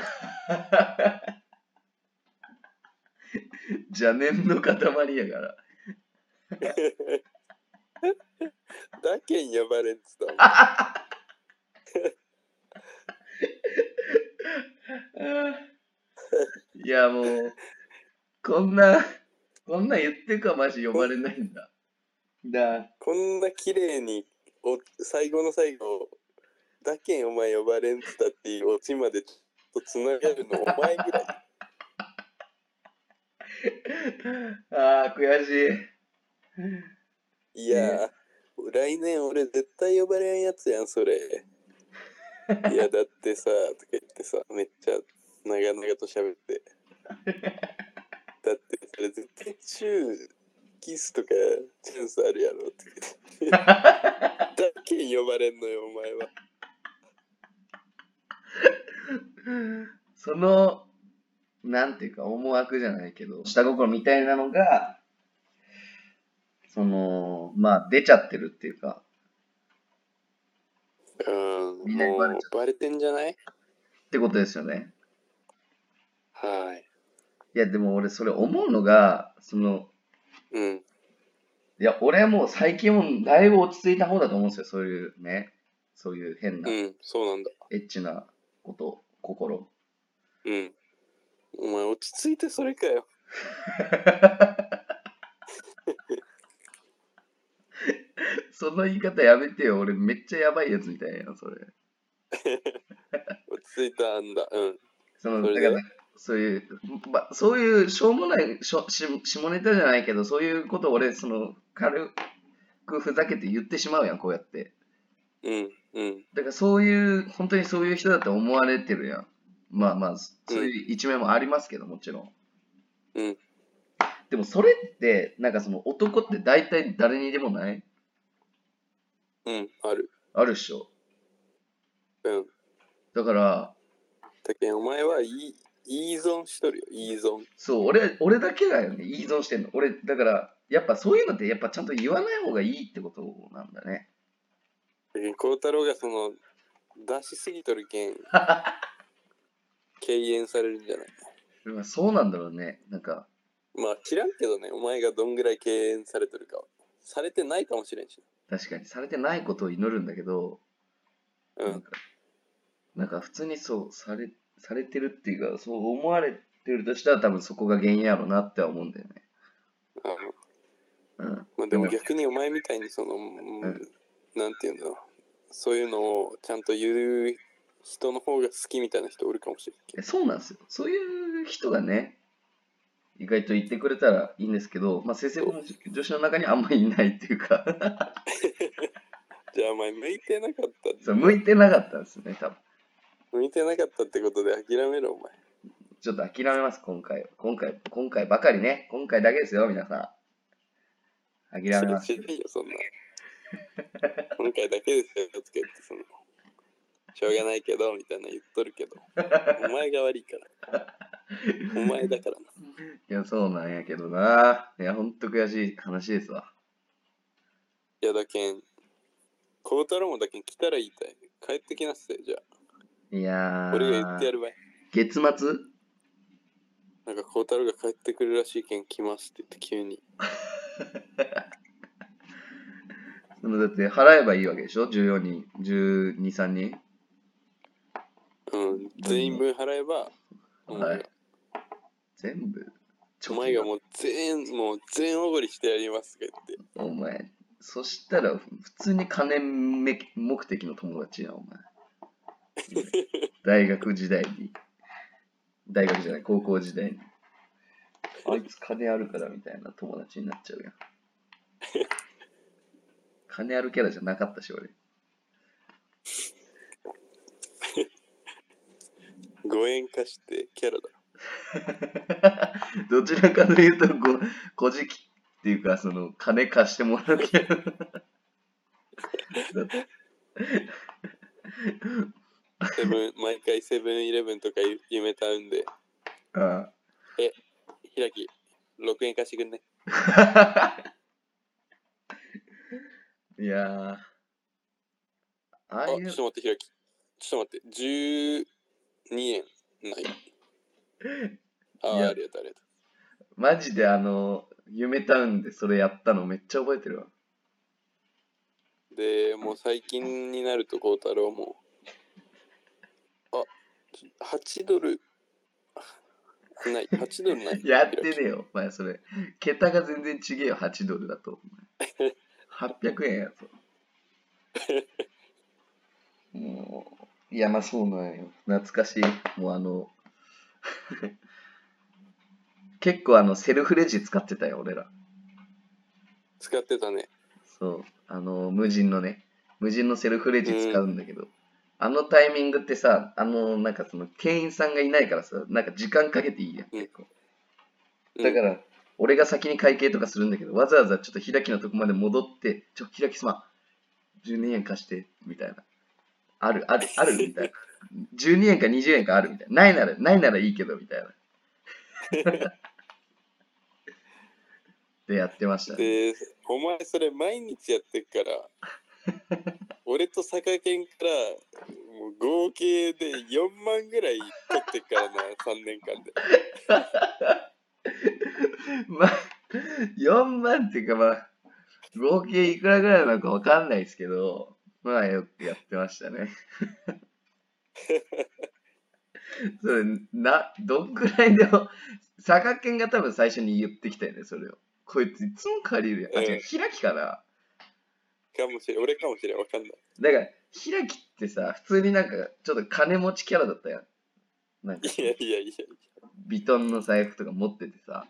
Speaker 1: 邪念の塊やから。
Speaker 2: だけん呼ばれんつったもん
Speaker 1: いや、もう、こんな、こんなん言ってるかマジ呼ばれないんだ。だ、
Speaker 2: こんな綺麗にお最後の最後だけんお前呼ばれんつったっていうオチまでちょっとつながるのお前ぐらい。
Speaker 1: あー、悔しい。
Speaker 2: いやー、来年俺絶対呼ばれんやつやん、それ。 いや、だってさ、とか言ってさ、めっちゃ長々と喋って。だってそれ絶対中キスとかチャンスあるやろって 言って。だけん呼ばれんのよ、お前は。
Speaker 1: その、なんていうか、思惑じゃないけど、下心みたいなのが、その、まあ、出ちゃってるっていうか、
Speaker 2: うん、
Speaker 1: みんなに
Speaker 2: も
Speaker 1: バレちゃ
Speaker 2: うバレてんじゃない
Speaker 1: ってことですよね。
Speaker 2: はい。
Speaker 1: いや、でも俺、それ思うのが、その、
Speaker 2: うん。
Speaker 1: いや、俺はもう最近もだいぶ落ち着いた方だと思うんですよ、そういうね、そういう変な、
Speaker 2: う
Speaker 1: エ
Speaker 2: ん、そうなんだ。
Speaker 1: ッチなこと、心。
Speaker 2: うん。お前落ち着いてそれかよ。
Speaker 1: その言い方やめてよ、俺めっちゃやばいやつみたいやん、それ。
Speaker 2: 落ち着いたんだ。うん。
Speaker 1: その
Speaker 2: それ
Speaker 1: だから
Speaker 2: で
Speaker 1: そういう、ま、そういうしょうもないしょし下ネタじゃないけどそういうことを俺その軽くふざけて言ってしまうやんこうやって
Speaker 2: うん。うん。
Speaker 1: だからそういう本当にそういう人だって思われてるやんまあまあ、そういう一面もありますけど、もちろん。
Speaker 2: うん。
Speaker 1: でもそれって、なんかその男って大体誰にでもない
Speaker 2: うん、ある。
Speaker 1: あるっしょ。
Speaker 2: うん。
Speaker 1: だから、
Speaker 2: だけどお前はいい、依存しとるよ、依存。
Speaker 1: そう、俺、俺だけだよね、依存してんの。俺、だから、やっぱそういうのって、やっぱちゃんと言わない方がいいってことなんだね。
Speaker 2: 孝太郎がその、出しすぎとる けん、敬遠されるんじゃない
Speaker 1: まあそうなんだろうね。なんか、
Speaker 2: まあ知らんけどね、お前がどんぐらい敬遠されてるかは。されてないかもしれんし。
Speaker 1: 確かにされてないことを祈るんだけど、
Speaker 2: う
Speaker 1: なん
Speaker 2: ん。
Speaker 1: か、なんか普通にそう、され、されてるっていうか、そう思われてるとしたら多分そこが原因やろうなっては思うんだよね。
Speaker 2: あ
Speaker 1: う
Speaker 2: の
Speaker 1: ん。
Speaker 2: まあでも逆にお前みたいにその、
Speaker 1: ん
Speaker 2: なんていうんだろう。そういうのをちゃんと言う人の方が好きみたいな人おるかもしれんけ
Speaker 1: えそうなんですよ。そういう人がね、意外と言ってくれたらいいんですけど、まあ先生も女子の中にあんまりいないっていうか、
Speaker 2: ど。じゃあお前向いてなかった
Speaker 1: そう向いてなかったんですね、多分。
Speaker 2: 向いてなかったってことで諦めろお前。
Speaker 1: ちょっと諦めます、今回。今回、今回ばかりね。今回だけですよ、皆さん。諦めます
Speaker 2: 知。らんよ、そんな。今回だけですよ、つけて、その。しょうがないけど、みたいな言っとるけど。お前が悪いから。お前だからな。
Speaker 1: いや、そうなんやけどな。いや、ほんと悔しい話ですわ。
Speaker 2: いやだけん、孝太郎もだけん来たら言いたい。帰ってきなっせ、じゃ
Speaker 1: いや
Speaker 2: あ。
Speaker 1: ー、
Speaker 2: 俺が言ってやるばい。
Speaker 1: 月末
Speaker 2: なんか孝太郎が帰ってくるらしいけん来ますって言って急に。
Speaker 1: でもだって払えばいいわけでしょ ?14 人、12、3人。
Speaker 2: うん、全員分払えば、お前が
Speaker 1: 全部。
Speaker 2: お前がもう全、もう全おごりしてやりますとか言って。
Speaker 1: お前、そしたら普通に金目目的の友達や ん、お前。大学時代に。大学じゃない、高校時代に。あいつ金あるからみたいな友達になっちゃ うやん。金あるキャラじゃなかったし、俺。
Speaker 2: 5円貸してキャラだ。
Speaker 1: どちらかというとご、こじきっていうか、その、金貸してもらうけど。
Speaker 2: セブン、毎回セブンイレブンとかゆ夢タウンで、
Speaker 1: あ
Speaker 2: 開き、6円貸してくんね。
Speaker 1: あ いやー。あ
Speaker 2: あ、
Speaker 1: あ
Speaker 2: ち
Speaker 1: い
Speaker 2: ょっ
Speaker 1: う
Speaker 2: と待って、開き。ちょっと待って、12円 ない。あ
Speaker 1: いや
Speaker 2: ー、ありがとう、ありがと
Speaker 1: マジであの、夢タウンでそれやったのめっちゃ覚えてるわ。
Speaker 2: う。で、もう最近になると、孝太郎も、あ、8ドル、ない、8ドルない。
Speaker 1: やってねえよ、お前それ。桁が全然違えよ、8ドルだと。お前800円やぞ。もう、いや、まあそうなんよ。懐かしい。もうあの、 結構あの、セルフレジ使ってたよ、俺ら。
Speaker 2: 使ってたね。
Speaker 1: そう、あの、無人のね、無人のセルフレジ使うんだけど、あのタイミングってさ、あの、なんかその、店員さんがいないからさ、なんか時間かけていいやん、
Speaker 2: うん
Speaker 1: 結構。
Speaker 2: うん
Speaker 1: だから、俺が先に会計とかするんだけど、わざわざちょっと開きのとこまで戻って、ちょ、開きすまん、12円貸して、みたいな。ある、ある、ある、 みたいな。12円か20円かある、みたいな。ないなら、ないならいいけど、みたいな。 で、やってましたね。
Speaker 2: で、お前それ毎日やってっから、 俺と佐賀県からもう合計で4万ぐらい取ってっからな、3年 間で。
Speaker 1: まあ、4万っていうかまあ、合計いくらぐらいなのかわかんないですけど、まあよくやってましたね。それな、どんくらいでも、佐賀県が多分最初に言ってきたよね、それを。こいついつも借りるやん。あ、違う、開きかな。
Speaker 2: かもしれん、俺かもしれん、わかんない。
Speaker 1: だから、開きってさ、普通になんか、ちょっと金持ちキャラだったやん。なんか、
Speaker 2: いやいやい
Speaker 1: ビトンの財布とか持っててさ、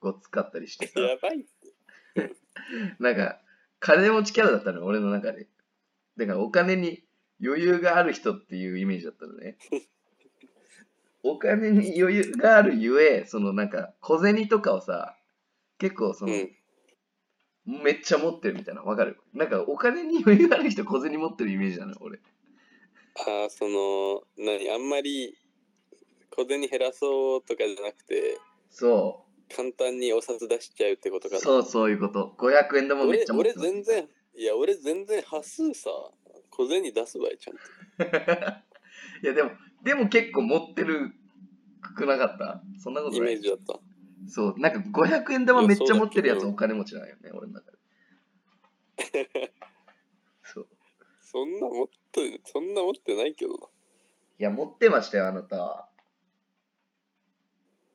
Speaker 1: ごつかったりしてさ
Speaker 2: や、。やばい。
Speaker 1: なんか、金持ちキャラだったの、俺の中で。だから、お金に余裕がある人っていうイメージだったのね。お金に余裕があるゆえ、そのなんか、小銭とかをさ、結構その、
Speaker 2: うん
Speaker 1: めっちゃ持ってるみたいな、わかるなんか、お金に余裕がある人小銭持ってるイメージなの、俺。
Speaker 2: ああその何あんまり小銭減らそうとかじゃなくて
Speaker 1: そ
Speaker 2: 簡単にお札出しちゃうってこと
Speaker 1: う。
Speaker 2: かな
Speaker 1: そう、そういうこと。500円でもめっ
Speaker 2: 俺
Speaker 1: ちゃ持って
Speaker 2: 俺
Speaker 1: ます
Speaker 2: 全然いや俺全然端数さ小銭出す場合ちゃんと
Speaker 1: いや、でも、でも結構持ってるくなかったそんなこと
Speaker 2: イ
Speaker 1: な
Speaker 2: メ
Speaker 1: い
Speaker 2: ージだった
Speaker 1: そう、なんか500円玉めっちゃ持ってるや
Speaker 2: いやそ
Speaker 1: つ
Speaker 2: うだけど
Speaker 1: お金持ちなんよね、俺の中で。 そう。
Speaker 2: そんな持ってそんな持ってないけど
Speaker 1: いや、持ってましたよ、あなた は。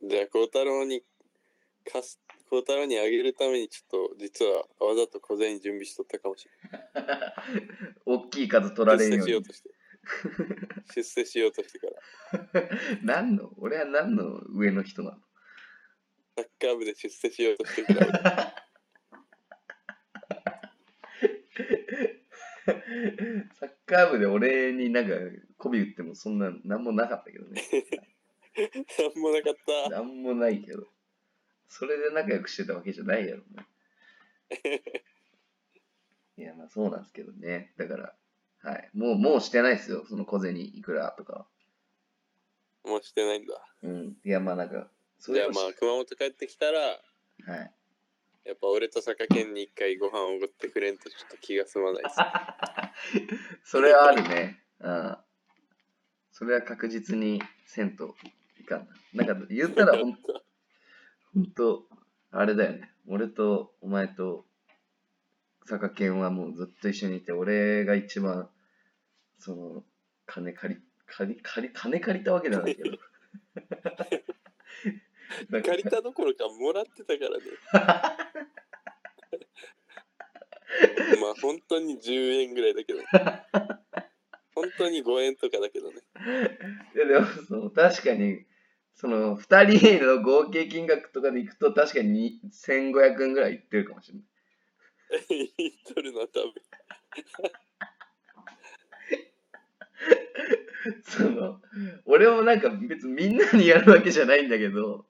Speaker 2: なじゃあ孝太郎に貸す孝太郎にあげるためにちょっと実はわざと小銭準備しとったかもしれ
Speaker 1: 大きい数取
Speaker 2: な
Speaker 1: ら
Speaker 2: い
Speaker 1: れる
Speaker 2: 出
Speaker 1: よう
Speaker 2: 世しよう
Speaker 1: に。
Speaker 2: として 出世しようとしてから
Speaker 1: 何の俺は何の上の人なの
Speaker 2: サッカー部で出世しようとしてから俺
Speaker 1: サッカー部で俺になんか媚び打ってもそんな何もなかったけどね。
Speaker 2: なんもなかった
Speaker 1: 何もないけど。それで仲良くしてたわけじゃないやろね。いや、まあそうなんですけどね。だから、はい。もう、もうしてないですよ。その小銭いくらとかは。
Speaker 2: もうしてないんだ
Speaker 1: うん。いや、まあなんか、そう
Speaker 2: じゃ
Speaker 1: い
Speaker 2: あ
Speaker 1: うの
Speaker 2: まあ熊本帰ってきたら
Speaker 1: はい。
Speaker 2: やっぱ俺と坂健に一回ご飯をおごってくれんとちょっと気が済まないです
Speaker 1: それはあるね。うん。それは確実に銭湯いかんな。なんか言ったらほん、ほんと、あれだよね。俺とお前と坂健はもうずっと一緒にいて、俺が一番、その、金借り、借り、借り、金借りたわけじゃないけ ど。 なんか
Speaker 2: 借りたどころかもらってたからねまあ本当に10円ぐらいだけど本当に5円とかだけどね
Speaker 1: いやでもその確かにその2人の合計金額とかでいくと確かに1500円ぐらいいってるかもしれない
Speaker 2: 言っとるのは多分
Speaker 1: その俺もなんか別にみんなにやるわけじゃないんだけど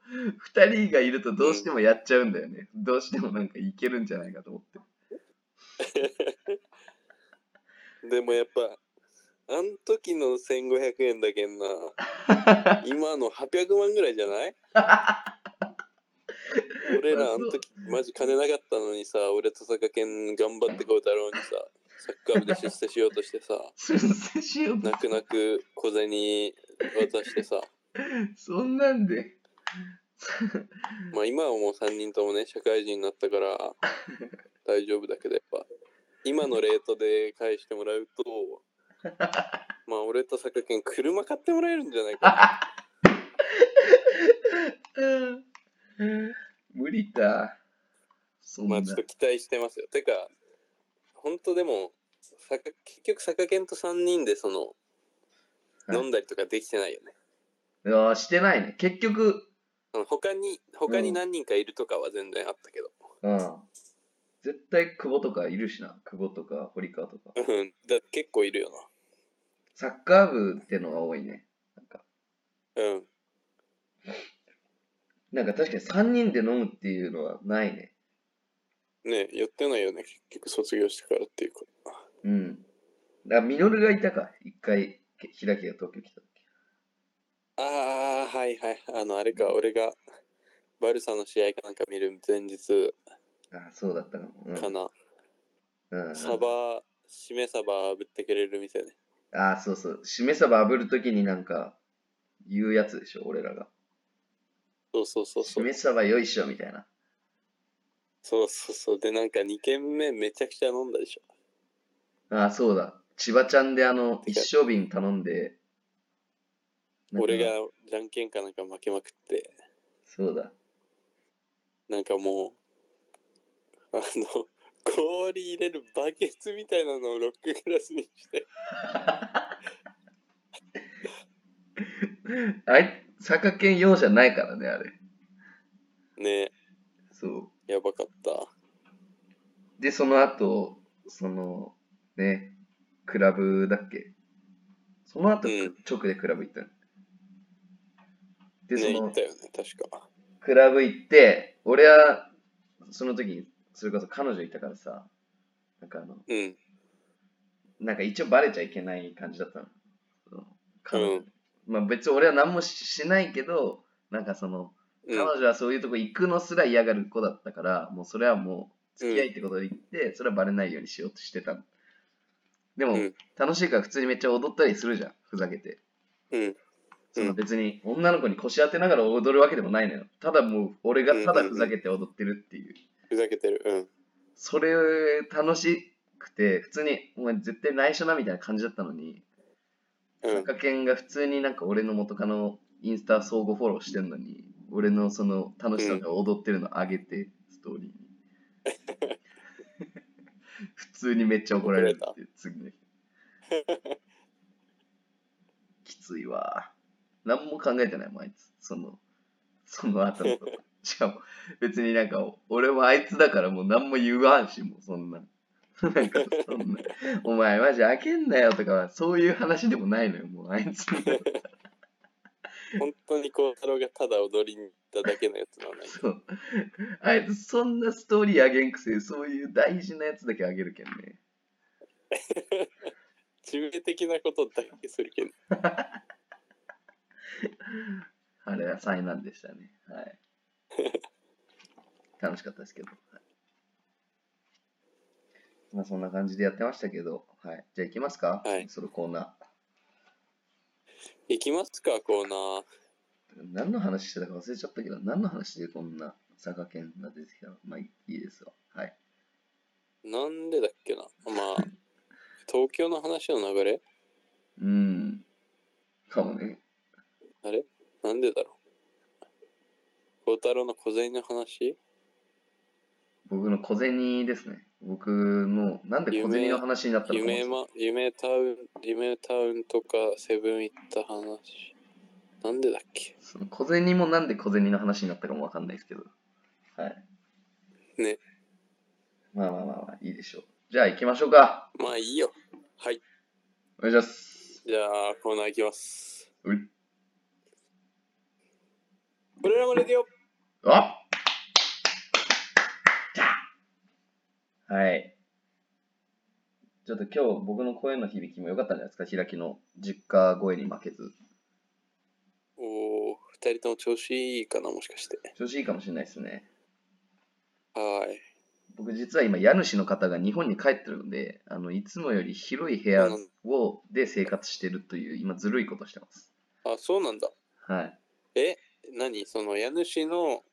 Speaker 1: 2人がいるとどうしてもやっちゃうんだよね、どうしてもなんかいけるんじゃないかと思って
Speaker 2: でもやっぱあん時の1500円だけんな今の800万ぐらいじゃない俺らあん時マジ金なかったのにさ俺と坂健頑張ってこう太郎にさサッカー部で出世しようとしてさ
Speaker 1: 出世しよう
Speaker 2: 泣く泣く小銭渡してさ
Speaker 1: そんなんで
Speaker 2: まあ今はもう3人ともね社会人になった から大丈夫だけどやっぱ今のレートで返してもらうとまあ俺と坂君車買ってもらえるんじゃないか な
Speaker 1: 無理だそんな
Speaker 2: まあちょっと期待してますよてか本当でも坂結局坂健と3人でその
Speaker 1: はい
Speaker 2: 飲んだりとかできてないよね、
Speaker 1: いやしてないね結局
Speaker 2: その他に他に何人かいるとかは全然あったけど、
Speaker 1: うん。絶対久保とかいるしな。久保とか堀川とか。
Speaker 2: うん、だって結構いるよ
Speaker 1: サッカー部ってのが多いね。なんか、
Speaker 2: なうん
Speaker 1: なんか確かに3人で飲むっていうのはないね。
Speaker 2: ねやってないよね結局卒業してからっていうか
Speaker 1: うん。だから、ミノルがいたか。一回、け開きが東京来た時。
Speaker 2: ああはいはいあのあれか俺がバルサの試合かなんか見る前日
Speaker 1: ああ、そうだったかも。うん
Speaker 2: かな、
Speaker 1: うんうん、
Speaker 2: サバしめサバぶってくれる店ね
Speaker 1: ああ、そうそう。しめ鯖炙る時になんか、言うやつでしょ、俺らが。
Speaker 2: そうそうそう
Speaker 1: し
Speaker 2: そう
Speaker 1: め鯖よいしょ、みたいな。
Speaker 2: そうそうそうでなんか2軒目めちゃくちゃ飲んだでしょ
Speaker 1: ああ、そうだ。千葉ちゃんであの、一升瓶頼んで。なんか
Speaker 2: 俺が。じゃんけんかなんか負けまくって
Speaker 1: そうだ。
Speaker 2: なんかもうあの氷入れるバケツみたいなのをロックグラスにして
Speaker 1: あい、坂犬用じゃないからね、あれ。
Speaker 2: ね
Speaker 1: そ
Speaker 2: やばかった
Speaker 1: う。で、その後、その、ね、クラブだっけその後、
Speaker 2: うん
Speaker 1: 直でクラブ行ったの。で、そ
Speaker 2: ね、行
Speaker 1: の
Speaker 2: っ、たよね、確か。
Speaker 1: クラブ行って、俺は、その時に、それこそ彼女いたからさ、なんかあの、
Speaker 2: うん。
Speaker 1: なんか一応バレちゃいけない感じだったの。その彼女
Speaker 2: うん
Speaker 1: まあ別に俺は何もししないけど、なんかその、
Speaker 2: う
Speaker 1: 彼
Speaker 2: ん。
Speaker 1: 女はそういうとこ行くのすら嫌がる子だったから、もうそれはもう付き合いってことで行って、それはバレないようにしようとしてたの。でも、
Speaker 2: うん
Speaker 1: 楽しいから普通にめっちゃ踊ったりするじゃん、ふざけて。
Speaker 2: うん。
Speaker 1: その別に女の子に腰当てながら踊るわけでもないのよ。ただもう俺がただふざけて踊ってるっていう。
Speaker 2: ふざけてる。うん。
Speaker 1: それ楽しくて、普通にお前絶対内緒なみたいな感じだったのに、
Speaker 2: う
Speaker 1: サ
Speaker 2: ん。
Speaker 1: カケンが普通になんか俺の元カノインスタ相互フォローしてんのに、俺のその楽しさが踊ってるの上げて、ストーリーに。普通にめっちゃ怒られるっていう、次の日。きついわ。何も考えてないもん、あいつ。その、その後 のこと。しかも、別になんか、俺もあいつだからもう何も言わんし、もうそんな。なんかそんな、お前マジ開けんなよとか、そういう話でもないのよ、もうあいつの。
Speaker 2: 本当に孝太郎がただ踊りに行っただけのやつなの ね。
Speaker 1: そう。あいつそんなストーリーあげんくせ、そういう大事なやつだけあげるけんね。
Speaker 2: 致命的なことだけするけど。
Speaker 1: あれは災難でしたね。 はい。楽しかったですけど。はい、まあそんな感じでやってましたけど、はい。じゃあ行きますか。
Speaker 2: はい
Speaker 1: そのコーナ
Speaker 2: 行きますか、コーナー。
Speaker 1: ー。何の話してたか忘れちゃったけど、何の話でこんな佐賀県が出てきたのまあいいですよ。はい。
Speaker 2: なんでだっけな。まあ、東京の話の流れ
Speaker 1: うん。かもね。
Speaker 2: あれなんでだろう。孝太郎の小銭の話
Speaker 1: 僕の小銭ですね。僕の、なんで小銭の話になったのか
Speaker 2: 夢ま、夢タウン、夢タウンとかセブン行った話。なんでだっけ
Speaker 1: その小銭もなんで小銭の話になったかもわかんないですけど。はい。
Speaker 2: ね。
Speaker 1: まあまあまあまあ、いいでしょう。じゃあ行きましょうか。
Speaker 2: まあいいよ。はい。
Speaker 1: お願いします。
Speaker 2: じゃあ、コーナー行きます。
Speaker 1: うい
Speaker 2: 俺らもレディオ
Speaker 1: あじゃあはい。ちょっと今日僕の声の響きも良かったんじゃないですか。開きの実家声に負けず。
Speaker 2: おお、二人とも調子いいかな、もしかして。
Speaker 1: 調子いいかもしれないですね。
Speaker 2: はーい。
Speaker 1: 僕実は今家主の方が日本に帰ってるので、あのいつもより広い部屋をで生活してるという今ずるいことしてます。
Speaker 2: あ、そうなんだ。
Speaker 1: はい。
Speaker 2: え、何その家主の、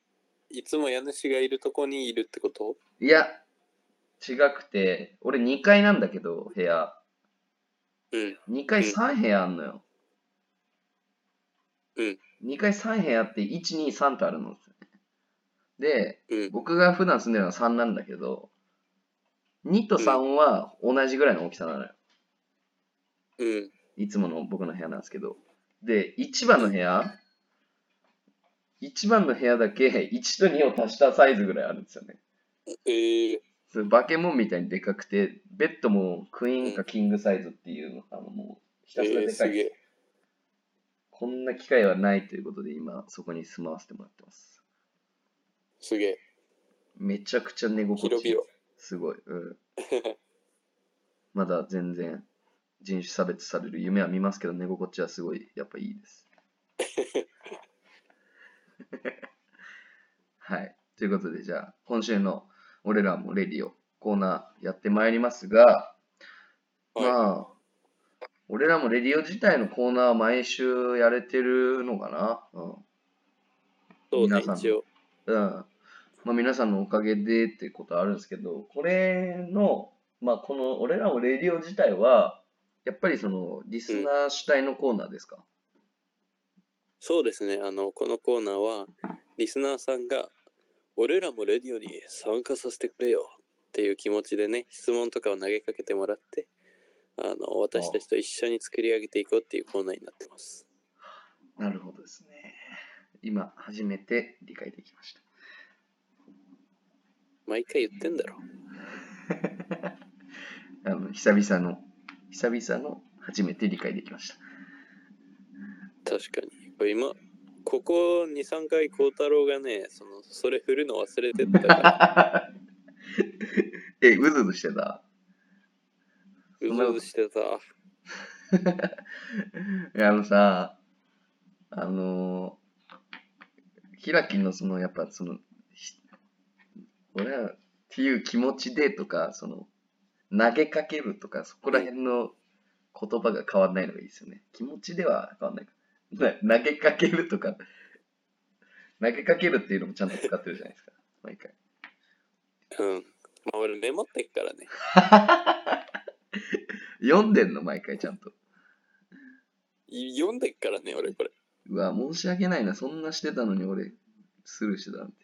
Speaker 2: いつも家主がいるとこにいるってこと
Speaker 1: いや、違くて、俺2階なんだけど、部屋。
Speaker 2: うん。
Speaker 1: 2階3部屋あんのよ。
Speaker 2: うん。
Speaker 1: 2階3部屋って1、2、3とあるのですね。
Speaker 2: う
Speaker 1: で、
Speaker 2: ん
Speaker 1: 僕が普段住んでるのは3なんだけど、2と3は同じぐらいの大きさなのよ。
Speaker 2: うん。
Speaker 1: いつもの僕の部屋なんですけど。で、1番の部屋、1番の部屋だけ1と2を足したサイズぐらいあるんですよね。
Speaker 2: えー、
Speaker 1: それバケモンみたいにでかくて、ベッドもクイーンかキングサイズっていうの、あのもうひ
Speaker 2: え
Speaker 1: たすら
Speaker 2: ー、
Speaker 1: でか
Speaker 2: す
Speaker 1: い、
Speaker 2: げえ。
Speaker 1: こんな機会はないということで、今そこに住まわせてもらってます。
Speaker 2: すげえ。
Speaker 1: めちゃくちゃ寝心
Speaker 2: 広
Speaker 1: 地いい
Speaker 2: 々。
Speaker 1: すごい。 うん、まだ全然人種差別される夢は見ますけど、寝心地はすごい、やっぱいい です。はい。ということで、じゃあ、今週の俺らもレディオコーナーやってまいりますが、
Speaker 2: は
Speaker 1: まあ、俺らもレディオ自体のコーナーは毎週やれてるのかな。
Speaker 2: い。そうね、
Speaker 1: 皆さん
Speaker 2: 一応。
Speaker 1: うん。うん。まあ皆さんのおかげでってことあるんですけど、これの、まあこの俺らもレディオ自体は、やっぱりそのリスナー主体のコーナーですか。
Speaker 2: そうですね、あの、このコーナーは、リスナーさんが、俺らもレディオに参加させてくれよっていう気持ちでね、質問とかを投げかけてもらって、あの、私たちと一緒に作り上げていこうっていうコーナーになってます。
Speaker 1: なるほどですね。今、初めて理解できました。
Speaker 2: 毎回言ってんだろ。
Speaker 1: あの久々の、久々の初めて理解できました。
Speaker 2: 確かに。これ今、ここ23回孝太郎がねそのそれ振るの忘れてったから
Speaker 1: え、うずうずしてた。
Speaker 2: うずうずしてた
Speaker 1: いやあのさ、あのー、ひらきのその、やっぱその、ひ俺はっていう気持ちでとか、その、投げかけるとか、そこら辺の言葉が変わんないのがいいですよね。気持ちでは変わんない か。な投げかけるとか、投げかけるっていうのもちゃんと使ってるじゃないですか、毎回。
Speaker 2: うんまあ俺メモってっからね
Speaker 1: 読んでんの、毎回ちゃんと。
Speaker 2: い読んでっからね俺これ
Speaker 1: うわ、申し訳ないな。そんなしてたのに俺、スルーしてたなんて。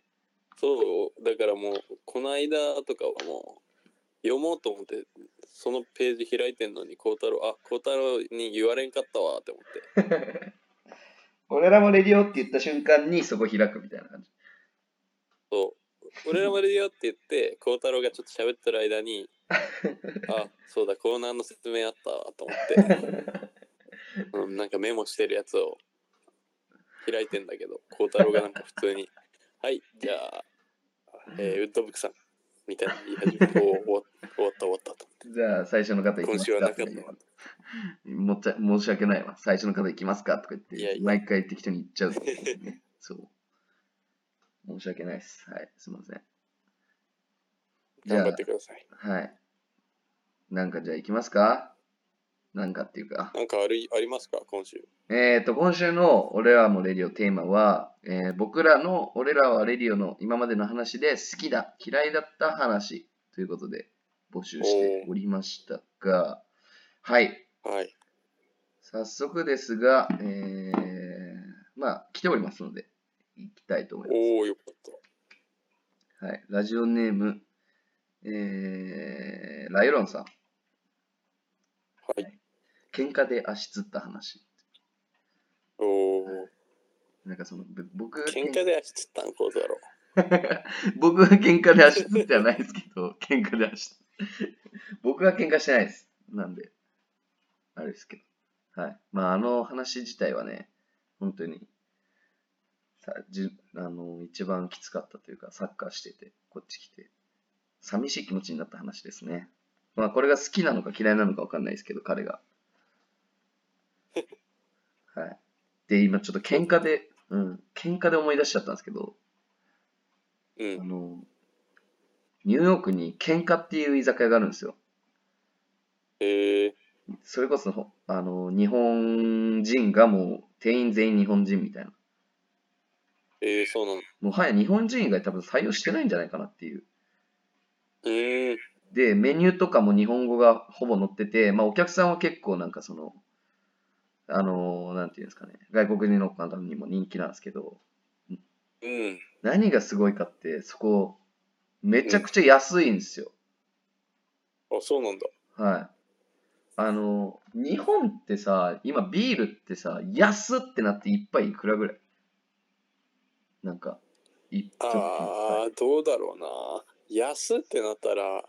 Speaker 2: そうだからもうこの間とかはもう読もうと思ってそのページ開いてんのに孝太郎あ孝太郎に言われんかったわって思って
Speaker 1: 俺らもレディオって言った瞬間にそこ開くみたいな感じ。
Speaker 2: そう俺らまでよって言って孝太郎がちょっと喋ってる間にあそうだコーナーの説明あったわと思って、うん、なんかメモしてるやつを開いてんだけど孝太郎がなんか普通に 「はいじゃあ、えーウッドブックさん」みたいな言い始めて「おー終わ終わった終わった」と
Speaker 1: じゃあ、最初の方行き
Speaker 2: 今
Speaker 1: ます
Speaker 2: 週はなか
Speaker 1: か
Speaker 2: っ
Speaker 1: とか言う
Speaker 2: たわ
Speaker 1: もっちゃ申し訳ないわ。最初の方行きますかとか言って、
Speaker 2: いやいや
Speaker 1: 毎回適当に言っちゃうっていうね、そう。申し訳ないです。はい、すいません。じゃあ
Speaker 2: 頑張ってください
Speaker 1: はい。なんかじゃあ行きますかなんかっていうか。
Speaker 2: なんかあるいありますか今週
Speaker 1: えっ、と、今週の俺らもレディオテーマは、えー僕らの俺らはレディオの今までの話で好きだ、嫌いだった話ということで募集しておりましたが、はい。
Speaker 2: はい
Speaker 1: 早速ですが、えー、まあ、来ておりますので、行きたいと思います。
Speaker 2: おおよかった
Speaker 1: はい、ラジオネーム、えー、ライオロンさん。
Speaker 2: はい
Speaker 1: 喧嘩で足つった話。
Speaker 2: おお
Speaker 1: なんかその、ぶ僕が
Speaker 2: 喧嘩で足つったん孝太郎
Speaker 1: 僕は喧嘩で足つってはないですけど、喧嘩で足つ僕は喧嘩してないです。なんで、あれですけど。はい。まあ、あの話自体はね、本当に、さじあの一番きつかったというか、サッカーしてて、こっち来て、寂しい気持ちになった話ですね。まあ、これが好きなのか嫌いなのかわかんないですけど、彼が。はい。で、今ちょっと喧嘩で、うん、喧嘩で思い出しちゃったんですけど、あ
Speaker 2: うん
Speaker 1: の、ニューヨークに喧嘩っていう居酒屋があるんですよ。
Speaker 2: へえ
Speaker 1: それこそほ、あの、日本人がもう店員全員日本人みたいな。
Speaker 2: えー、そうなの
Speaker 1: もはや日本人以外多分採用してないんじゃないかなっていう。
Speaker 2: うーん
Speaker 1: で、メニューとかも日本語がほぼ載ってて、まあお客さんは結構なんかその、あの、なんていうんですかね、外国人の方にも人気なんですけど、
Speaker 2: うん
Speaker 1: 何がすごいかって、そこ、めちゃくちゃ安いんですよ。
Speaker 2: あそうなんだ
Speaker 1: はい。あの、日本ってさ、今ビールってさ、安ってなって一杯いくらぐらいなんか、一時
Speaker 2: ああどうだろうな安ってなったら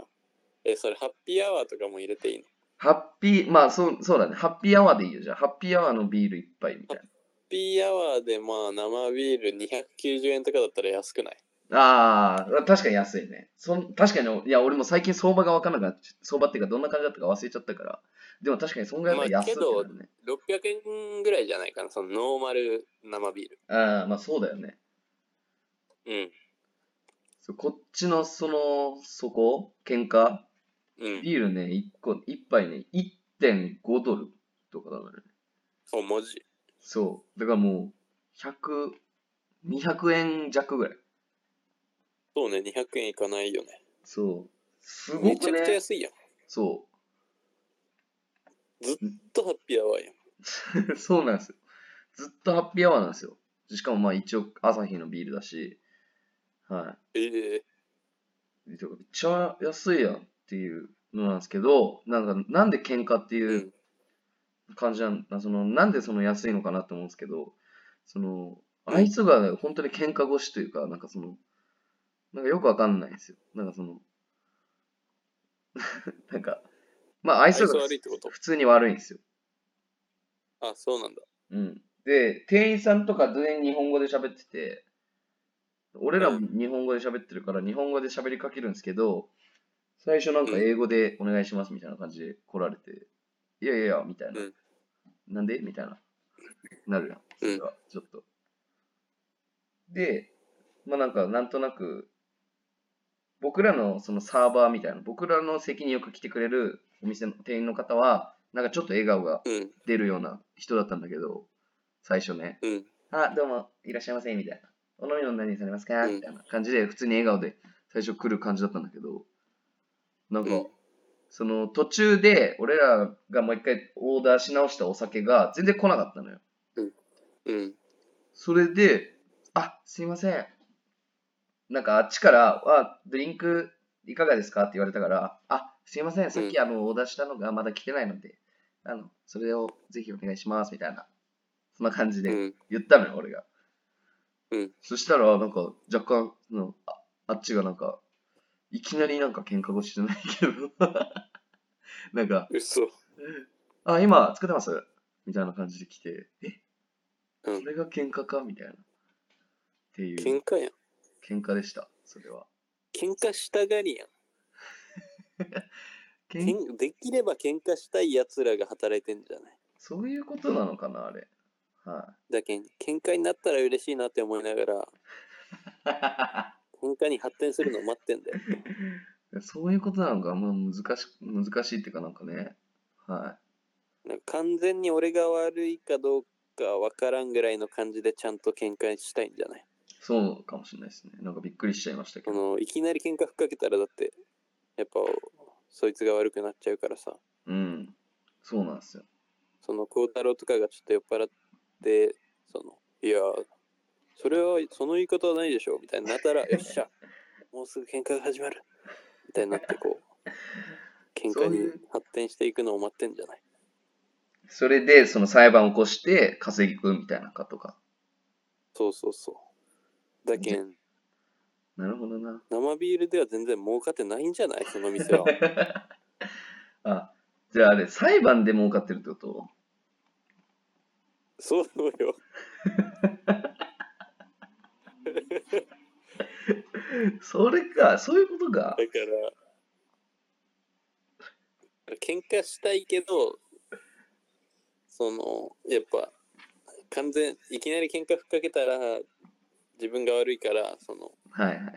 Speaker 2: えそれハッピーアワーとかも入れていいのハ
Speaker 1: ハッピー、まあそう、そうだね。ハッピーアワーでいいよ、じゃあ。ハッピーアワーのビール一杯みたい
Speaker 2: ッピーアワーでまあ生ビール290円とかだったら安くない
Speaker 1: な。ああ、確かに安いね。そん確かに、いや、俺も最近相場が分からなくなっちゃ相場っていうか、どんな感じだったか忘れちゃったから。でも確かに、そんぐらいは安ってなるね。
Speaker 2: 600円ぐらいじゃないかなそのノーマル生ビール
Speaker 1: ああ、まあそうだよね。
Speaker 2: うん
Speaker 1: そうこっちの、その、そこ、喧嘩
Speaker 2: うん
Speaker 1: ビールね、1個、1杯ね、1.5ドルとかだからね。
Speaker 2: お文字
Speaker 1: そう。だからもう、100、200円弱ぐらい。
Speaker 2: そうね200円いかないよね
Speaker 1: そう。すご
Speaker 2: めち
Speaker 1: く
Speaker 2: ゃくちゃ
Speaker 1: ね。
Speaker 2: 安いやん
Speaker 1: そ
Speaker 2: とハッピーアワーやん
Speaker 1: う。 そうなんですよ。ずっとハッピーアワーなんですよ。しかもまあ一応、朝日のビールだし、は
Speaker 2: ええ
Speaker 1: い。めっちゃ安いやんっていうのなんですけど、なんか、なんで喧嘩っていう
Speaker 2: うん
Speaker 1: 感じなんだ。その、なんでその安いのかなって思うんですけど、その、
Speaker 2: うん
Speaker 1: あいつがね本当に喧嘩腰というか、なんかその、なんかよくわかんないんですよ。なんかその、 なんか、まあ愛想が
Speaker 2: 愛想悪いってこと
Speaker 1: 普通に悪いんですよ。
Speaker 2: あそうなんだ
Speaker 1: うん。で、店員さんとか全員日本語で喋ってて、俺らも
Speaker 2: う
Speaker 1: 日本語で喋ってるから、日本語で喋りかけるんですけど、最初なんか英語でお願いしますみたいな感じで来られて、いやいやいや、みたいな。
Speaker 2: うん
Speaker 1: なんでみたいな。なるやん。それは、ちょっと。で、まあなんか、なんとなく、僕らのそのサーバーみたいな、僕らの席によく来てくれるお店の店員の方は、なんかちょっと笑顔が
Speaker 2: うん
Speaker 1: 出るような人だったんだけど、最初ね、
Speaker 2: うん
Speaker 1: あ、どうも、いらっしゃいませ、みたいな。お飲み物何にされますか
Speaker 2: うん
Speaker 1: みたいな感じで、普通に笑顔で最初来る感じだったんだけど、なんか、
Speaker 2: うん
Speaker 1: その途中で、俺らがもう一回オーダーし直したお酒が全然来なかったのよ。
Speaker 2: うん
Speaker 1: それで、あ、すいません。なんかあっちから、あ、ドリンクいかがですかって言われたから、あ、すいません。さっきあの、オーダーしたのがまだ来てないので、あの、それをぜひお願いします、みたいな。そんな感じ
Speaker 2: う
Speaker 1: で
Speaker 2: ん
Speaker 1: 言ったのよ、俺が。
Speaker 2: うん
Speaker 1: そしたら、なんか若干、そのああっちがなんか、いきなりなんか喧嘩腰じゃないけど、 なんか、
Speaker 2: 嘘
Speaker 1: あ、今作ってますみたいな感じで来て、え、
Speaker 2: うん
Speaker 1: それが喧嘩かみたいな。っていう
Speaker 2: 喧嘩やん
Speaker 1: 喧嘩でした、それは。
Speaker 2: 喧嘩したがりやん
Speaker 1: けん
Speaker 2: 喧できれば喧嘩したいやつらが働いてんじゃない
Speaker 1: そういうことなのかな、あれ。は
Speaker 2: だけん喧嘩になったら嬉しいなって思いながら喧嘩に発展するのを待ってんだよ
Speaker 1: い。 そういうことなのか、まあ、難し難しいっていうかなんかね。は
Speaker 2: なんか完全に俺が悪いかどうかわからんぐらいの感じでちゃんと喧嘩したいんじゃない
Speaker 1: い。そうかもしれないですね。なんかびっくりしちゃいましたけ
Speaker 2: こ
Speaker 1: ど。
Speaker 2: のいきなり喧嘩ふっかけたらだってやっぱそいつが悪くなっちゃうからさ
Speaker 1: うん。そうなんですよ。
Speaker 2: その孝太郎とかがちょっと酔っ払ってそのいやそれはその言い方はないでしょみたいにな ったらよっしゃもうすぐ喧嘩が始まるみたいになってこう喧
Speaker 1: そう
Speaker 2: 嘩
Speaker 1: いう
Speaker 2: に発展していくのを待ってんじゃない
Speaker 1: それで、その裁判を起こして稼ぎくみたいなかとか。
Speaker 2: そうそうそうだけん
Speaker 1: なるほどな。
Speaker 2: 生ビールでは全然儲かってないんじゃないその 店は
Speaker 1: あ、じゃああれ、裁判で儲かってるってこと
Speaker 2: そうよ
Speaker 1: それか、そういうことか。
Speaker 2: だから喧嘩したいけどそのやっぱ完全いきなり喧嘩ふっかけたら自分が悪いからその
Speaker 1: はいはい。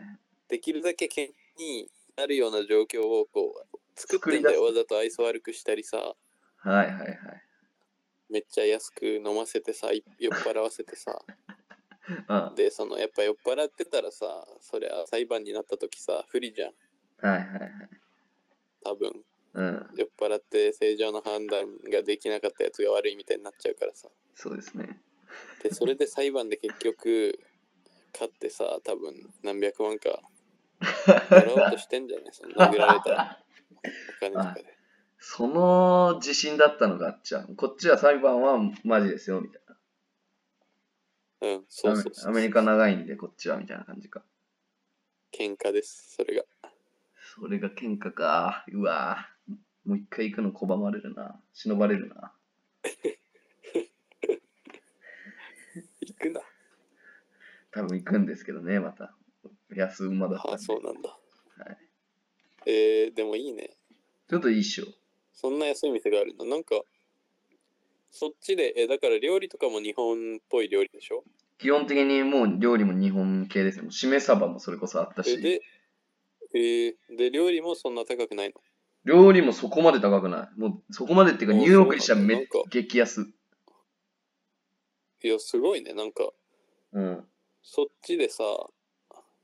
Speaker 2: できるだけ喧嘩になるような状況をこう作ってんだよわざと愛想悪くしたりさ
Speaker 1: はいはいはい。
Speaker 2: めっちゃ安く飲ませてさい酔っ払わせてさ
Speaker 1: あ
Speaker 2: でそのやっぱ酔っ払ってたらさそりゃ裁判になった時さ不利じゃん
Speaker 1: はいはいはい。
Speaker 2: 多分
Speaker 1: うん。
Speaker 2: 酔っ払って正常な判断ができなかったやつが悪いみたいになっちゃうからさ
Speaker 1: そうですね。
Speaker 2: でそれで裁判で結局勝ってさ多分何百万かもらおうとしてんじゃないその殴られたらお金とかで
Speaker 1: その自信だったのがあっちゃう。こっちは裁判はマジですよ、みたいな。
Speaker 2: うんそうそうそう
Speaker 1: アメアメリカ長いんで、こっちは、みたいな感じか。
Speaker 2: 喧嘩ですそれが
Speaker 1: それが喧嘩か。うわぁもう一回行くの拒まれるな。忍ばれるな。
Speaker 2: 行くな
Speaker 1: 多分行くんですけどね、また。安馬だったんで
Speaker 2: あそうなんだ、
Speaker 1: はい
Speaker 2: えー、でもいいね
Speaker 1: ちょっといいっしょ。
Speaker 2: そんな安い店があるんだなんかそっちでえだから料理とかも日本っぽい料理でしょ
Speaker 1: 基本的にもう料理も日本系ですよ。しめ鯖もそれこそあった
Speaker 2: え
Speaker 1: し、
Speaker 2: で、えーで料理もそんな高くないの
Speaker 1: 料理もそこまで高くない。もうそこまでっていうか、
Speaker 2: あ
Speaker 1: ニューヨークにしたらめっ
Speaker 2: そうなんだ
Speaker 1: 激安。
Speaker 2: いや、すごいね。なんか、
Speaker 1: うん。
Speaker 2: そっちでさ、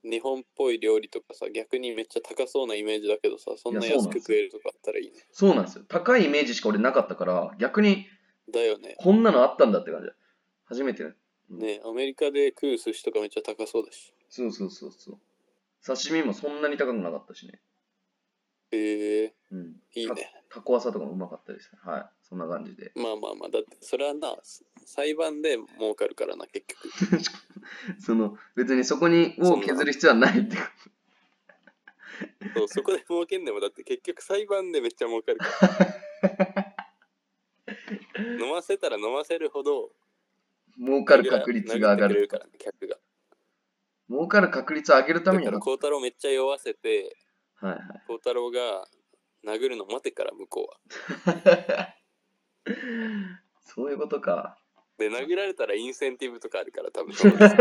Speaker 2: 日本っぽい料理とかさ、逆にめっちゃ高そうなイメージだけどさ、そんない
Speaker 1: やそう
Speaker 2: 安
Speaker 1: なんで
Speaker 2: く
Speaker 1: す
Speaker 2: 食えるとかあったらいいね。
Speaker 1: そうなんですよ。高いイメージしか俺なかったから、逆に
Speaker 2: だよね。
Speaker 1: こんなのあったんだって感じ。初めて。
Speaker 2: ねアメリカで食う寿司とかめっちゃ高そうだし。
Speaker 1: そうそうそうそう。刺身もそんなに高くなかったしね。
Speaker 2: へえ
Speaker 1: うん。
Speaker 2: いいね。
Speaker 1: タコ朝とかもうまかったりして。はい。そんな感じで。
Speaker 2: まあまあまあ、だってそれはな、裁判で儲かるからな、結局。
Speaker 1: その、別にそこにを削る必要はないって。
Speaker 2: そうそこで儲けんでも、だって結局裁判でめっちゃ儲かる から。飲ませたら飲ませるほど、
Speaker 1: 儲かる確率が上が
Speaker 2: 殴ってくれる
Speaker 1: る。
Speaker 2: からね、客が。
Speaker 1: 儲かる確率を上げるため
Speaker 2: だ
Speaker 1: に
Speaker 2: から
Speaker 1: は。
Speaker 2: 孝太郎めっちゃ酔わせて、
Speaker 1: はいはい。
Speaker 2: 孝太郎が殴るの待てから向こうは。
Speaker 1: そういうことか。
Speaker 2: で、殴られたらインセンティブとかあるから、 多分そうです。あ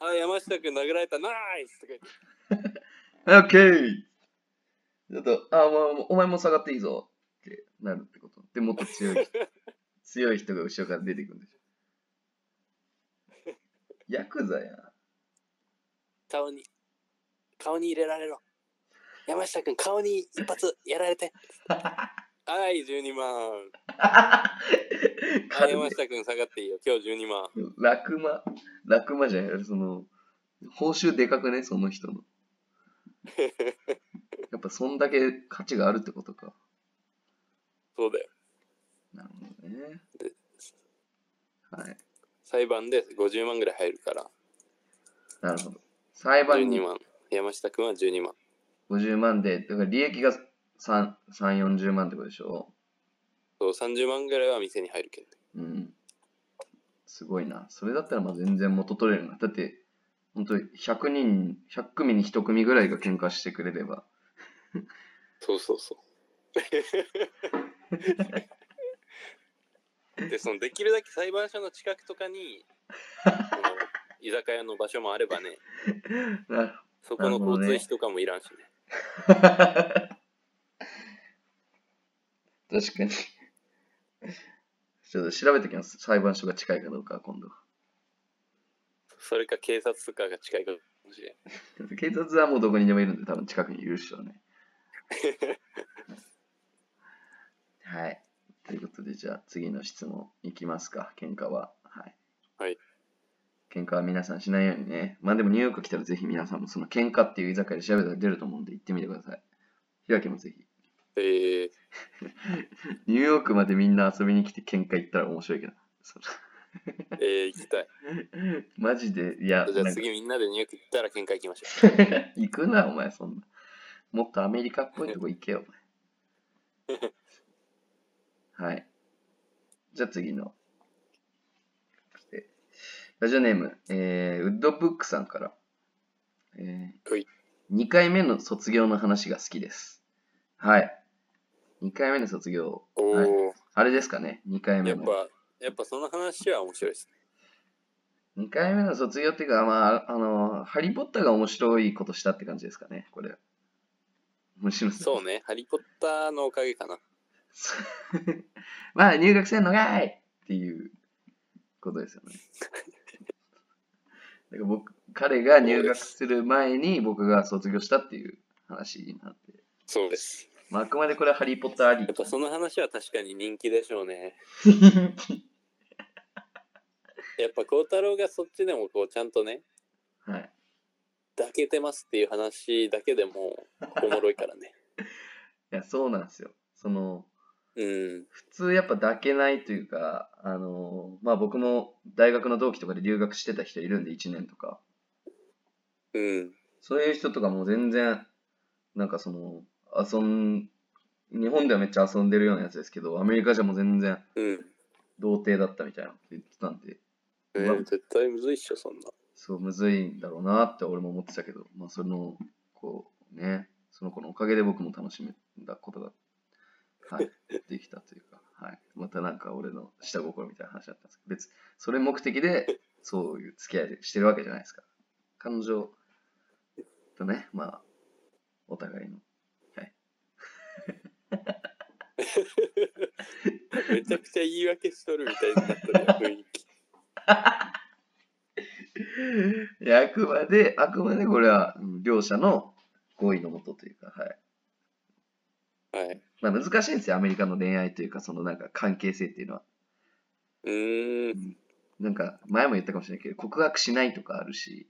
Speaker 2: ー、山下君殴られた、ナイスとか言って。
Speaker 1: オッケーちょっと、あ、もう、お前も下がっていいぞってなるってこと。で、もっと強い人、強い人が後ろから出てくるんでしょ。ヤクザやん。
Speaker 2: 顔に、顔に入れられろ。山下君、顔に一発やられて。はい、12万。はい、
Speaker 1: 軽
Speaker 2: 山
Speaker 1: い
Speaker 2: 下君下がっていいよ。今日12万。
Speaker 1: ラクマ、ラクマじゃない、その、報酬でかくね、その人の。やっぱそんだけ価値があるってことか。
Speaker 2: そうだよ。
Speaker 1: なるほどね
Speaker 2: で。
Speaker 1: はい。
Speaker 2: 裁判で50万ぐらい入るから、
Speaker 1: なるほど。裁判に
Speaker 2: 12万。山下君は12万。
Speaker 1: 50万で、だから利益が3、3 40万ってことでしょ。
Speaker 2: そう、30万ぐらいは店に入るけ
Speaker 1: う
Speaker 2: ど。
Speaker 1: ん。すごいな。それだったらまあ全然元取れるな。だって、本当に100人、100組に1組ぐらいが喧嘩してくれれば。
Speaker 2: そうそうそう。 で、そのできるだけ裁判所の近くとか に、その居酒屋の場所もあればね、
Speaker 1: なる
Speaker 2: そこの交通費とかもいらんしね。
Speaker 1: ほど 確かに。ちょっと調べてきます。裁判所が近いかどうか、今度。
Speaker 2: それか警察とかが近いかもしれん。
Speaker 1: 警察はもうどこにでもいるんで、多分近くにいる人は ね。はい。ということで、じゃあ次の質問いきますか、喧嘩は。はい。
Speaker 2: はい。
Speaker 1: 喧嘩は皆さんしないようにね。まあでもニューヨーク来たらぜひ皆さんもその喧嘩っていう居酒屋で調べたら出ると思うんで行ってみてください。ひらきもぜひ。
Speaker 2: えー、
Speaker 1: ニューヨークまでみんな遊びに来て喧嘩行ったら面白いけど。そ
Speaker 2: えー、行きたい。
Speaker 1: のマジで、いや、
Speaker 2: じゃ
Speaker 1: な
Speaker 2: あ
Speaker 1: んか
Speaker 2: 次みんなでニューヨーク行ったら喧嘩行きましょ
Speaker 1: 行くな、お前、そんな。もっとアメリカっぽいとこ行けよ、お前。はい。じゃあ次の。えラジオネーム、えー、ウッドブックさんから。えー
Speaker 2: はい
Speaker 1: 2回目の卒業の話が好きです。はい。2回目の卒業。
Speaker 2: う。おー、
Speaker 1: あれですかね、2回目
Speaker 2: やっ
Speaker 1: の。
Speaker 2: ぱ、やっぱその話は面白いですね。
Speaker 1: 2回目の卒業っていうか、まあ、あの、ハリー・ポッターが面白いことしたって感じですかね、これ。面白そう
Speaker 2: そうね、ハリー・ポッターのおかげかな。
Speaker 1: まあ入学せんのがいっていうことですよね。だから僕彼が入学する前に僕が卒業したっていう話になって、
Speaker 2: そうです。
Speaker 1: まあ、あくまでこれはハリー・ポッターあり
Speaker 2: やっぱその話は確かに人気でしょう ね。やっぱ孝太郎がそっちでもこうちゃんとね、
Speaker 1: はい、
Speaker 2: 抱けてますっていう話だけでもおもろいからね。
Speaker 1: いやそうなんですよ。その
Speaker 2: うん。
Speaker 1: 普通やっぱ抱けないというか、あのまあ、僕も大学の同期とかで留学してた人いるんで1年とか。
Speaker 2: うん。
Speaker 1: そういう人とかもう全然、なんかその、遊ん、日本ではめっちゃ遊んでるようなやつですけど、アメリカじゃもう全然
Speaker 2: うん。
Speaker 1: 童貞だったみたいなこと言ってたんで、
Speaker 2: えー絶対むずいっしょ、そんな。
Speaker 1: そうむずいんだろうなって俺も思ってたけど、まあその、こうね、その子のおかげで僕も楽しめたことが、はい、できたというか、はい。またなんか俺の下心みたいな話だったんですけど、別、それ目的でそういう付き合いしてるわけじゃないですか。感情とね、まあ、お互いの。
Speaker 2: めちゃくちゃ言い訳しとるみたいになっとるよ雰囲気。
Speaker 1: いやあくまで、あくまでこれは、うん両者の合意のもとというか、はい。
Speaker 2: はい。
Speaker 1: まあ難しいんですよ、アメリカの恋愛というか、そのなんか関係性っていうのは。
Speaker 2: うーん。
Speaker 1: なんか、前も言ったかもしれないけど、告白しないとかあるし、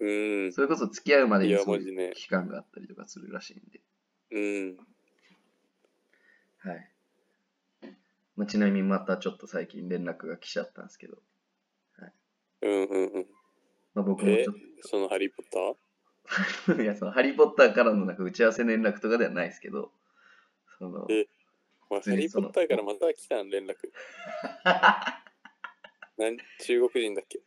Speaker 2: うん。
Speaker 1: それこそ付き合うまで
Speaker 2: い
Speaker 1: に
Speaker 2: や
Speaker 1: そう
Speaker 2: マジ
Speaker 1: い
Speaker 2: ね
Speaker 1: う期間があったりとかするらしいんで。
Speaker 2: うん。
Speaker 1: はい。まあ、ちなみにまたちょっと最近連絡が来ちゃったんですけど、
Speaker 2: うんうんうん。
Speaker 1: まあ、僕も
Speaker 2: え
Speaker 1: ちょっ、
Speaker 2: そのハリー・ポッター
Speaker 1: と、 いや、そのハリー・ポッターからのなんか打ち合わせ連絡とかではないですけど、その、
Speaker 2: えほ
Speaker 1: 普
Speaker 2: らハ
Speaker 1: 通
Speaker 2: リ
Speaker 1: に
Speaker 2: ー・
Speaker 1: そ
Speaker 2: ポ
Speaker 1: の
Speaker 2: ッターからまた来たん、 連絡。なん中国人だっけ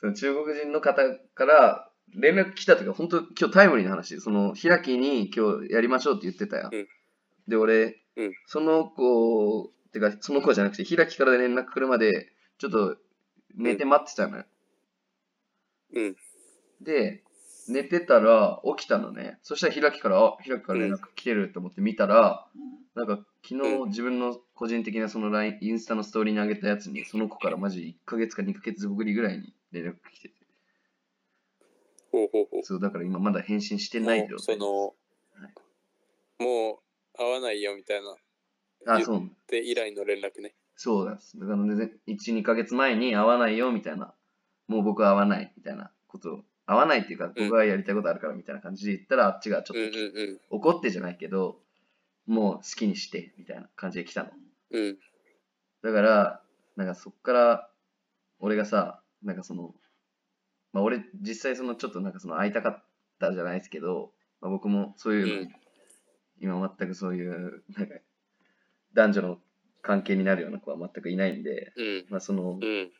Speaker 1: その中国人の方から連絡来たというか、本当今日タイムリーな話、その、開きに今日やりましょうって言ってたやん。
Speaker 2: うん
Speaker 1: で、俺、
Speaker 2: うん
Speaker 1: その子、てか、その子じゃなくて、開きから連絡来るまで、ちょっと寝て待ってたのよ。
Speaker 2: うん。
Speaker 1: で、寝てたら起きたのね。そしたら開きから、あ開きから連絡来てると思って見たら、なんか昨
Speaker 2: う
Speaker 1: 日自分の個人的なその LINE、インスタのストーリーに上げたやつに、その子からマジ1ヶ月か2ヶ月ぶりぐらいに連絡来てて。
Speaker 2: ほうほうほう。
Speaker 1: そう、だから今まだ返信してない
Speaker 2: も
Speaker 1: 状
Speaker 2: うそ
Speaker 1: 態。
Speaker 2: の、もう会わないよみたいな。
Speaker 1: あ、そう。
Speaker 2: で、以来の連絡ね。
Speaker 1: そうなんです。だから、ね、1、2ヶ月前に会わないよみたいな、もう僕は会わないみたいなことを、会わないっていうか、僕はやりたいことあるからみたいな感じで言ったら、あっちがちょ
Speaker 2: う
Speaker 1: っ
Speaker 2: ん
Speaker 1: と
Speaker 2: うんうん。
Speaker 1: 怒ってじゃないけど、もう好きにしてみたいな感じで来たの。
Speaker 2: うん。
Speaker 1: だから、なんかそっから、俺がさ、なんかその、まあ俺実際そのちょっとなんかその会いたかったじゃないですけど、まあ、僕もそういうの、
Speaker 2: うん
Speaker 1: 今全くそういう、なんか男女の関係になるような子は全くいないんで、
Speaker 2: うん。
Speaker 1: まあその
Speaker 2: う、ん。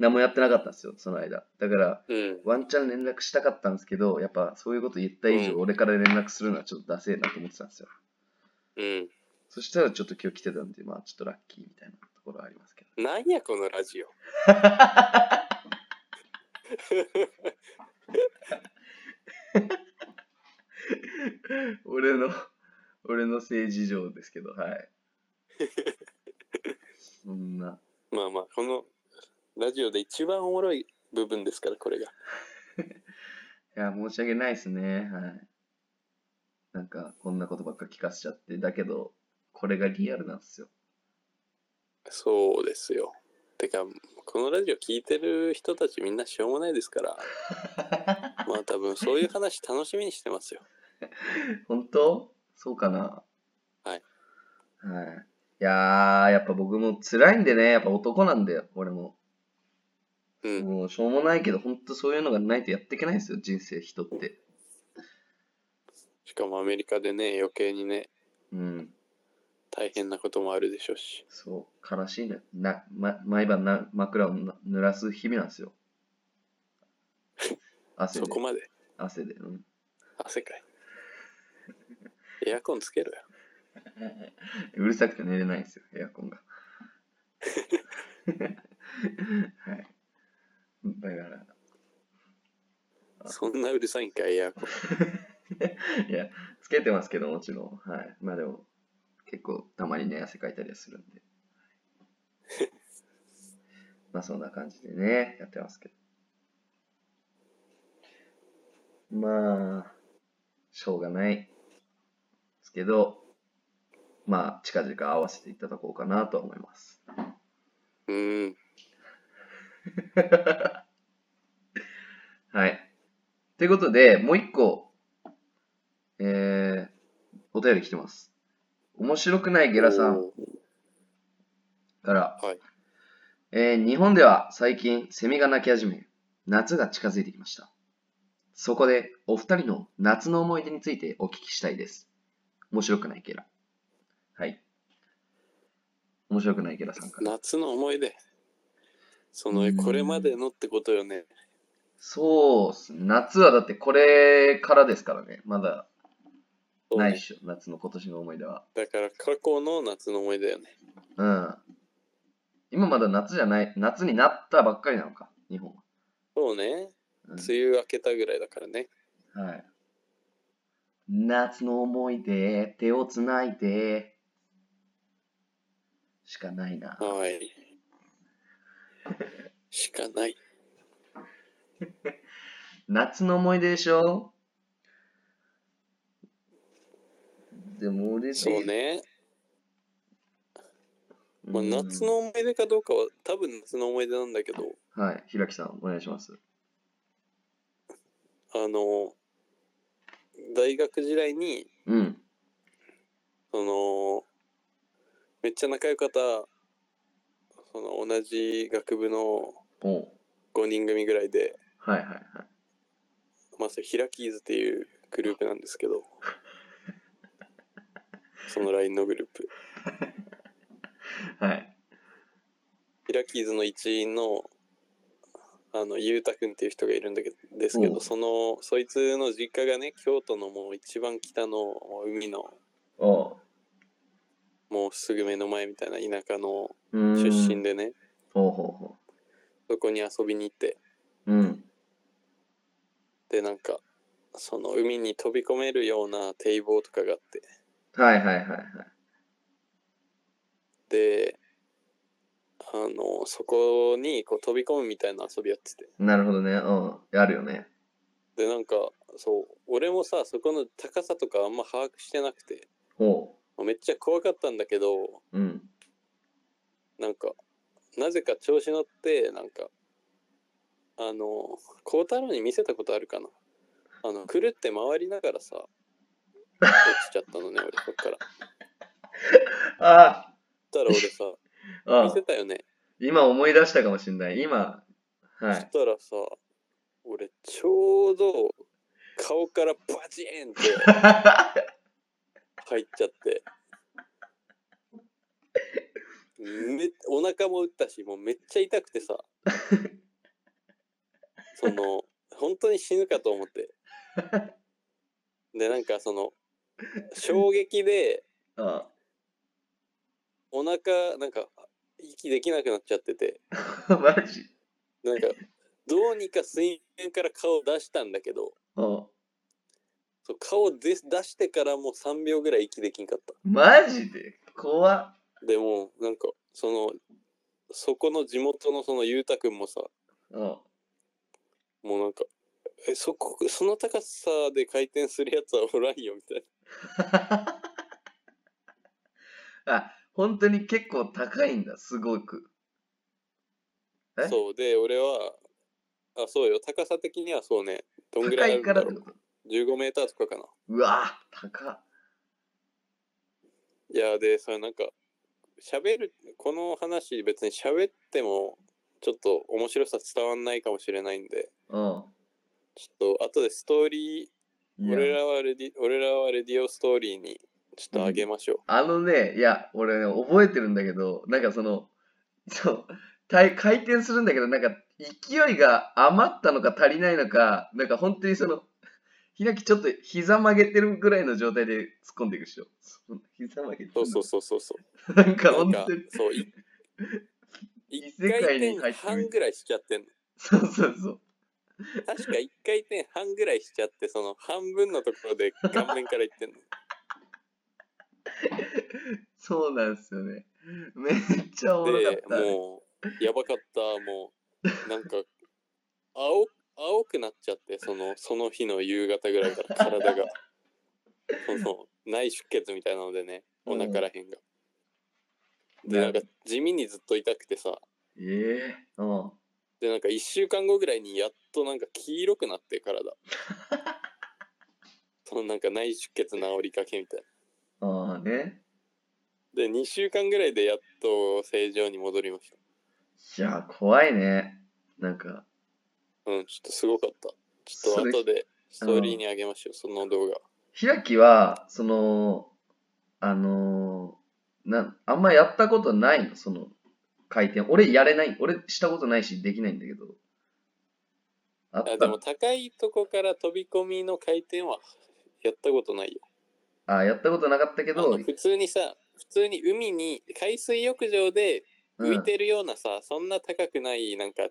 Speaker 1: 何もやってなかったんですよ、その間。だから、
Speaker 2: うん。
Speaker 1: ワンチャン連絡したかったんですけど、やっぱそういうこと言った以上、
Speaker 2: うん
Speaker 1: 俺から連絡するのはちょっとダセえなと思ってたんですよ。
Speaker 2: うん。
Speaker 1: そしたらちょっと今日来てたんで、まあちょっとラッキーみたいなところはありますけど。
Speaker 2: なんやこのラジオ。
Speaker 1: 俺の、俺の性事情ですけど、はい。そんな。
Speaker 2: まあまあ、このラジオで一番おもろい部分ですから、これ
Speaker 1: い
Speaker 2: が。
Speaker 1: や、申し訳ないですね。はい。なんか、こんなことばっか聞かせちゃって、だけど、これがリアルなんですよ。
Speaker 2: そうですよ。てか、このラジオ聞いてる人たちみんなしょうもないですから。 まあ多分そういう話楽しみにしてますよ。
Speaker 1: 本当そうかな
Speaker 2: はい。
Speaker 1: はい。いやー、やっぱ僕も辛いんでね、やっぱ男なんだよ、俺も。
Speaker 2: うん。
Speaker 1: もう、しょうもないけど、本当そういうのがないとやっていけないんですよ、人生、人って。
Speaker 2: しかもアメリカでね、余計にね、
Speaker 1: うん。
Speaker 2: 大変なこともあるでしょうし。
Speaker 1: そう、悲しいね。な、ま、毎晩な枕をな濡らす日々なんですよ。汗
Speaker 2: そ
Speaker 1: で、
Speaker 2: こまで。
Speaker 1: 汗で。うん。
Speaker 2: 汗かい。エアコンつけろよ。
Speaker 1: うるさくて寝れないんですよ、エアコンが。はい。だから、
Speaker 2: そんなうるさいんかい、エアコン。
Speaker 1: いや、つけてますけど、もちろん。はい。まあでも、結構たまにね、汗かいたりはするんで。 まあそんな感じでね、やってますけど。まあ、しょうがない。ですけど、まあ、近々合わせていただこうかなとは思います。
Speaker 2: うん。
Speaker 1: はい。ということで、もう一個、えー、お便り来てます。面白くないゲラさん。
Speaker 2: おー
Speaker 1: から、
Speaker 2: はい
Speaker 1: えー日本では最近セミが鳴き始め夏が近づいてきましたそこでお二人の夏の思い出についてお聞きしたいです面白くないゲラはい面白くないゲラさんから
Speaker 2: 夏の思い出。そ
Speaker 1: うん
Speaker 2: の、これまでのってことよね。
Speaker 1: そうっす夏はだってこれからですからねまだ
Speaker 2: そう
Speaker 1: ないっしょ夏の今年の思い出は
Speaker 2: だから過去の夏の思い出よね。
Speaker 1: うん今まだ夏じゃない夏になったばっかりなのか日本は、
Speaker 2: そうね。
Speaker 1: うん
Speaker 2: 梅雨明けたぐらいだからね。
Speaker 1: はい。夏の思い出、手をつないで、しかないな。
Speaker 2: はい。しかない。
Speaker 1: 夏の思い出でしょでも俺
Speaker 2: そう、ね。まあ、
Speaker 1: うん
Speaker 2: 夏。の思い出かどうかは多分夏の思い出なんだけど、
Speaker 1: はい、ひらきさん、お願いします。
Speaker 2: あの、大学時代に、
Speaker 1: うん。
Speaker 2: その、めっちゃ仲良かった、その同じ学部の
Speaker 1: おう
Speaker 2: 5人組ぐらいで、
Speaker 1: はいはいはい。
Speaker 2: まあ、それヒラキーズっていうグループなんですけど、その LINE のグループ。
Speaker 1: はい。
Speaker 2: ピラキーズの一員の、あの、ゆうたくんっていう人がいるんだけど、ですけ
Speaker 1: お
Speaker 2: ど、
Speaker 1: う
Speaker 2: その、そいつの実家がね、京都のもう一番北のもう海の、
Speaker 1: おう
Speaker 2: もうすぐ目の前みたいな田舎の
Speaker 1: うーん。
Speaker 2: 出身。でね、
Speaker 1: ほうほうほ
Speaker 2: そこに遊びに行って、
Speaker 1: う。うん。
Speaker 2: で、なんか、その海に飛び込めるような堤防とかがあって、
Speaker 1: はいはいはいはい。
Speaker 2: で、あの、そこにこう飛び込むみたいな遊びやってて。
Speaker 1: なるほどね。うん。あるよね。
Speaker 2: で、なんか、そう、俺もさ、そこの高さとかあんま把握してなくて、
Speaker 1: ほ
Speaker 2: めっちゃ怖かったんだけど、
Speaker 1: う。うん。
Speaker 2: なんか、なぜか調子乗って、なんか、あの、孝太郎に見せたことあるかな。あの、くるって回りながらさ、落ちちゃったのね、俺、そっから。
Speaker 1: あ
Speaker 2: そしたら俺さ、見
Speaker 1: あ
Speaker 2: せたよね。
Speaker 1: 今思い出したかもしれない。今、は
Speaker 2: そ
Speaker 1: い
Speaker 2: し。たらさ、俺、ちょうど、顔からバチーンって入っちゃって。めお腹も打ったし、もうめっちゃ痛くてさ。その、本当に死ぬかと思って。で、なんかその、衝撃で、
Speaker 1: あ
Speaker 2: お腹、なんか、息できなくなっちゃってて、
Speaker 1: あ マジ。
Speaker 2: なんか、どうにか水面から顔を出したんだけど、
Speaker 1: おう
Speaker 2: そう顔を出出してからもう3秒ぐらい息できんかった。
Speaker 1: マジで怖っ。
Speaker 2: でもなんかそのそこの地元のその裕太くんもさ
Speaker 1: おう
Speaker 2: もうなんかえそこその高さで回転するやつはおらんよみたい
Speaker 1: あ、本当に結構高いんだ、すごく。え
Speaker 2: なそうで俺はあそうよ高さ的にはそうねどんぐ
Speaker 1: 高
Speaker 2: らいあ
Speaker 1: い
Speaker 2: るん
Speaker 1: か
Speaker 2: だ
Speaker 1: らっ
Speaker 2: ろ
Speaker 1: て
Speaker 2: う
Speaker 1: こと
Speaker 2: 15メーターとかかな
Speaker 1: うわ高っ。
Speaker 2: いやでそれなんか喋るこの話別に喋ってもちょっと面白さ伝わんないかもしれないんで
Speaker 1: お
Speaker 2: ちょっと後でストーリー
Speaker 1: うん。いや
Speaker 2: 俺らはレディ俺らはレディオストーリーにちょっとあげましょう、
Speaker 1: あのね、いや、俺ね、覚えてるんだけど、なんかその、そう、回回転するんだけど、なんか、勢いが余ったのか足りないのか、なんか本当にその、ひなきちょっと膝曲げてるぐらいの状態で突っ込んでいくでしょ。そう膝曲げてる
Speaker 2: そうそうそうそうそう
Speaker 1: なんか
Speaker 2: なん
Speaker 1: 本
Speaker 2: か
Speaker 1: 当に、
Speaker 2: そ うい
Speaker 1: 異
Speaker 2: 一
Speaker 1: 世
Speaker 2: 回
Speaker 1: 界
Speaker 2: 転
Speaker 1: に入ってみる
Speaker 2: 半ぐらいしちゃってんの
Speaker 1: そうそうそう。
Speaker 2: 確か一回転半ぐらいしちゃってその半分のところで顔面からいってんの
Speaker 1: そうなんですよね。めっちゃおもろか
Speaker 2: で
Speaker 1: った。
Speaker 2: もうやばかったもうなんか青青くなっちゃってそのその日の夕方ぐらいから体がその内出血みたいなのでねお腹らへんが、でなんか地味にずっと痛くてさ
Speaker 1: ええうん。
Speaker 2: でなんか1週間後ぐらいにやっとなんか黄色くなって 体そのなんか内出血治りかけみたい
Speaker 1: ああね。
Speaker 2: なで2週間ぐらいでやっと正常に戻りまし
Speaker 1: いや、怖いね。なんか、
Speaker 2: たうんちょっとすごかったちょっと
Speaker 1: それ
Speaker 2: 後でストーリーにあげましょうその動画
Speaker 1: 開きは、その、あのーな、あんまやったことないの、その、回転。俺やれない、俺したことないし、できないんだけど。あっ
Speaker 2: あ
Speaker 1: た
Speaker 2: で
Speaker 1: の
Speaker 2: も高いとこから飛び込みの回転はやったことないよ
Speaker 1: あ、やったことなかったけ
Speaker 2: あ
Speaker 1: ど、
Speaker 2: の普通にさ普通に海に海水浴場で
Speaker 1: う
Speaker 2: 浮い
Speaker 1: ん、
Speaker 2: てるようなさ、そんな高くないなんか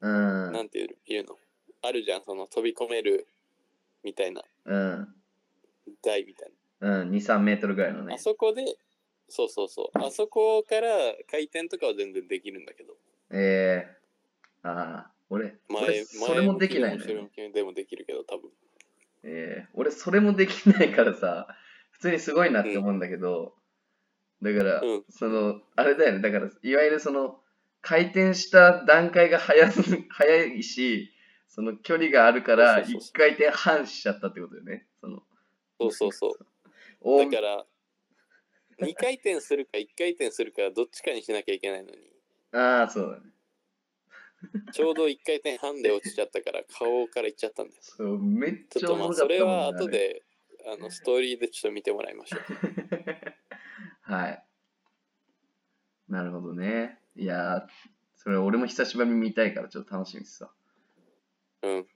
Speaker 1: うん、
Speaker 2: なんていういうのあるじゃんその飛び込めるみたいな
Speaker 1: うん、
Speaker 2: 台みたい
Speaker 1: うん、2、3メートルぐらいの
Speaker 2: な、
Speaker 1: ね
Speaker 2: あ。そこでそうそうそうあそこから回転とかは全然できるんだけど
Speaker 1: ええああ、俺、俺、
Speaker 2: 前
Speaker 1: それもできない
Speaker 2: 前
Speaker 1: の
Speaker 2: 向きで
Speaker 1: よ
Speaker 2: も後
Speaker 1: ね
Speaker 2: ろ向。きでもできるけど多分
Speaker 1: えー、俺それもできないからさ、普通にすごいなって思うんだけど、だから、
Speaker 2: うん
Speaker 1: その、あれだよね、だから、いわゆるその、回転した段階が早す、早いし、その距離があるから、
Speaker 2: そうそうそう
Speaker 1: 一回転半しちゃったってことよね。その、
Speaker 2: そうそうそ
Speaker 1: お
Speaker 2: うだから2回転するか1回転するかどっちかにしなきゃいけないのに
Speaker 1: ああ、そうだね。
Speaker 2: ちょうど1回転半で落ちちゃったから顔からいっちゃったんです
Speaker 1: そう、めっ
Speaker 2: ち
Speaker 1: ち
Speaker 2: ょ
Speaker 1: ゃ
Speaker 2: っと
Speaker 1: お
Speaker 2: ま
Speaker 1: も
Speaker 2: あ
Speaker 1: ろか
Speaker 2: そ
Speaker 1: っ
Speaker 2: れ
Speaker 1: たもん
Speaker 2: は
Speaker 1: なあ
Speaker 2: 後
Speaker 1: れ
Speaker 2: であのストーリーでちょっと見てもらいましょう
Speaker 1: はい。なるほどね。いやー、それ俺も久しぶりに見たいからちょっと楽しみですわ。
Speaker 2: うん。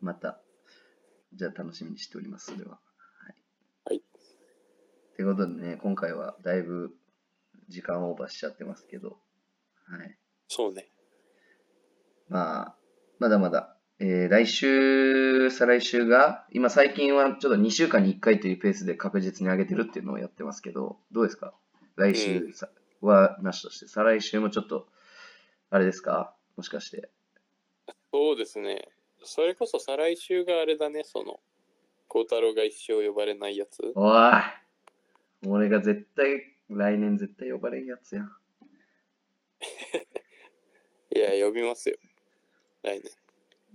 Speaker 1: また。じゃあ楽しみにしております、それは。はい。
Speaker 2: はい
Speaker 1: ということでね、今回はだいぶ時間オーバーしちゃってますけど、はい。
Speaker 2: そうね。
Speaker 1: まあ、まだまだ、えー来週、再来週が、今最近はちょっと2週間に1回というペースで確実に上げてるっていうのをやってますけど、どうですか来週さはなしとして、再来週もちょっと、あれですかもしかして。
Speaker 2: そうですね。それこそ再来週があれだね、その、孝太郎が一生呼ばれないやつ。
Speaker 1: おい俺が絶対、来年絶対呼ばれんやつやん。
Speaker 2: いや、呼びますよ。来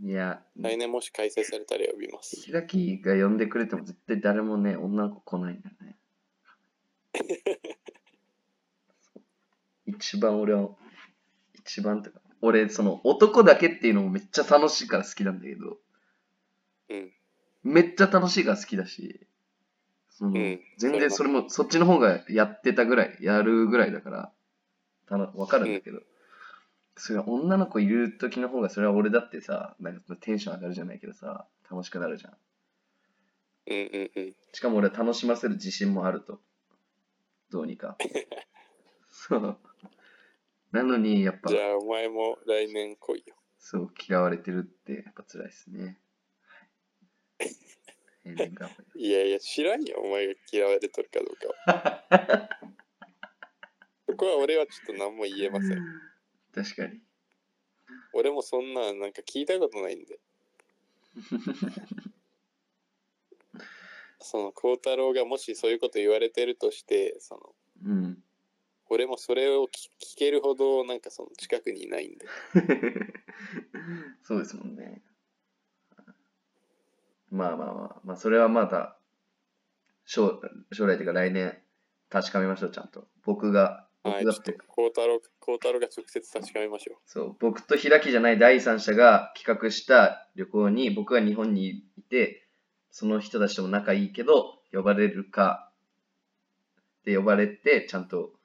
Speaker 2: 年。
Speaker 1: いや、
Speaker 2: 来年もし開催されたら呼びます。
Speaker 1: ひらきが呼んでくれても絶対誰もね、女の子来ないんだよね。一番俺は、一番とか、俺、その男だけっていうのもめっちゃ楽しいから好きなんだけど、
Speaker 2: うん。
Speaker 1: めっちゃ楽しいから好きだし、その
Speaker 2: うん
Speaker 1: 全然そ
Speaker 2: そ
Speaker 1: れ
Speaker 2: れ
Speaker 1: も、そっちの方がやってたぐらい、やるぐらいだから、たのわかるんだけど、それは女の子いる時の方が、それは俺だってさ、なんかテンション上がるじゃないけどさ、楽しくなるじゃん。
Speaker 2: うんうんうん。
Speaker 1: しかも俺は楽しませる自信もあると。どうに か。そう。なのに、やっぱ
Speaker 2: じ、ゃあ、お前も来年来いよ。
Speaker 1: そう、嫌われてるって、やっぱ辛いですね。はい。平年頑張り
Speaker 2: いやいや、知らんよ、お前が嫌われとるかどうかは。 そこは俺はちょっと何も言えません。
Speaker 1: ます。確かに。
Speaker 2: 俺もそんな、なんか聞いたことないん で。その、孝太郎がもしそういうこと言われてるとして、その、
Speaker 1: うん。
Speaker 2: 俺もそれを聞聞けるほど、なんかその近くにいないんで。
Speaker 1: そうですもんね。まあまあまあ、まあそれはまた、将将来というか来年、確かめましょう、ちゃんと。僕が、
Speaker 2: は
Speaker 1: 僕
Speaker 2: い、
Speaker 1: が
Speaker 2: ち
Speaker 1: っ
Speaker 2: ょっと
Speaker 1: て、
Speaker 2: 孝太郎、孝太郎が直接確かめましょ
Speaker 1: そう、僕と開きじゃない第三者が企画した旅行に、僕が日本にいて、その人たちとも仲いいけど、呼ばれるか、で呼ばれて、ちゃんと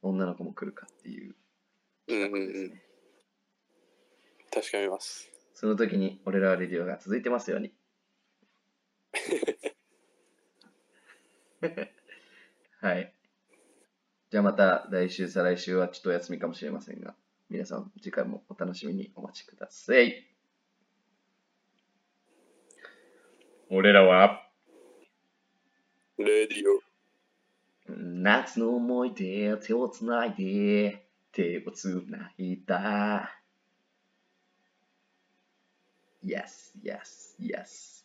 Speaker 1: 女の子も来るかっていう
Speaker 2: う。うん
Speaker 1: 企
Speaker 2: う
Speaker 1: 画
Speaker 2: ん
Speaker 1: です
Speaker 2: う
Speaker 1: ね。
Speaker 2: ん。確かめます。
Speaker 1: その時に、俺らはレディオが続いてますよう に。はい。じゃあまた来週、再来週はちょっとお休みかもしれませんが、皆さん次回もお楽しみにお待ちください。俺らは
Speaker 2: レディオ。
Speaker 1: 夏の思い出、手をつないで、手をつないだ。Yes, yes, yes.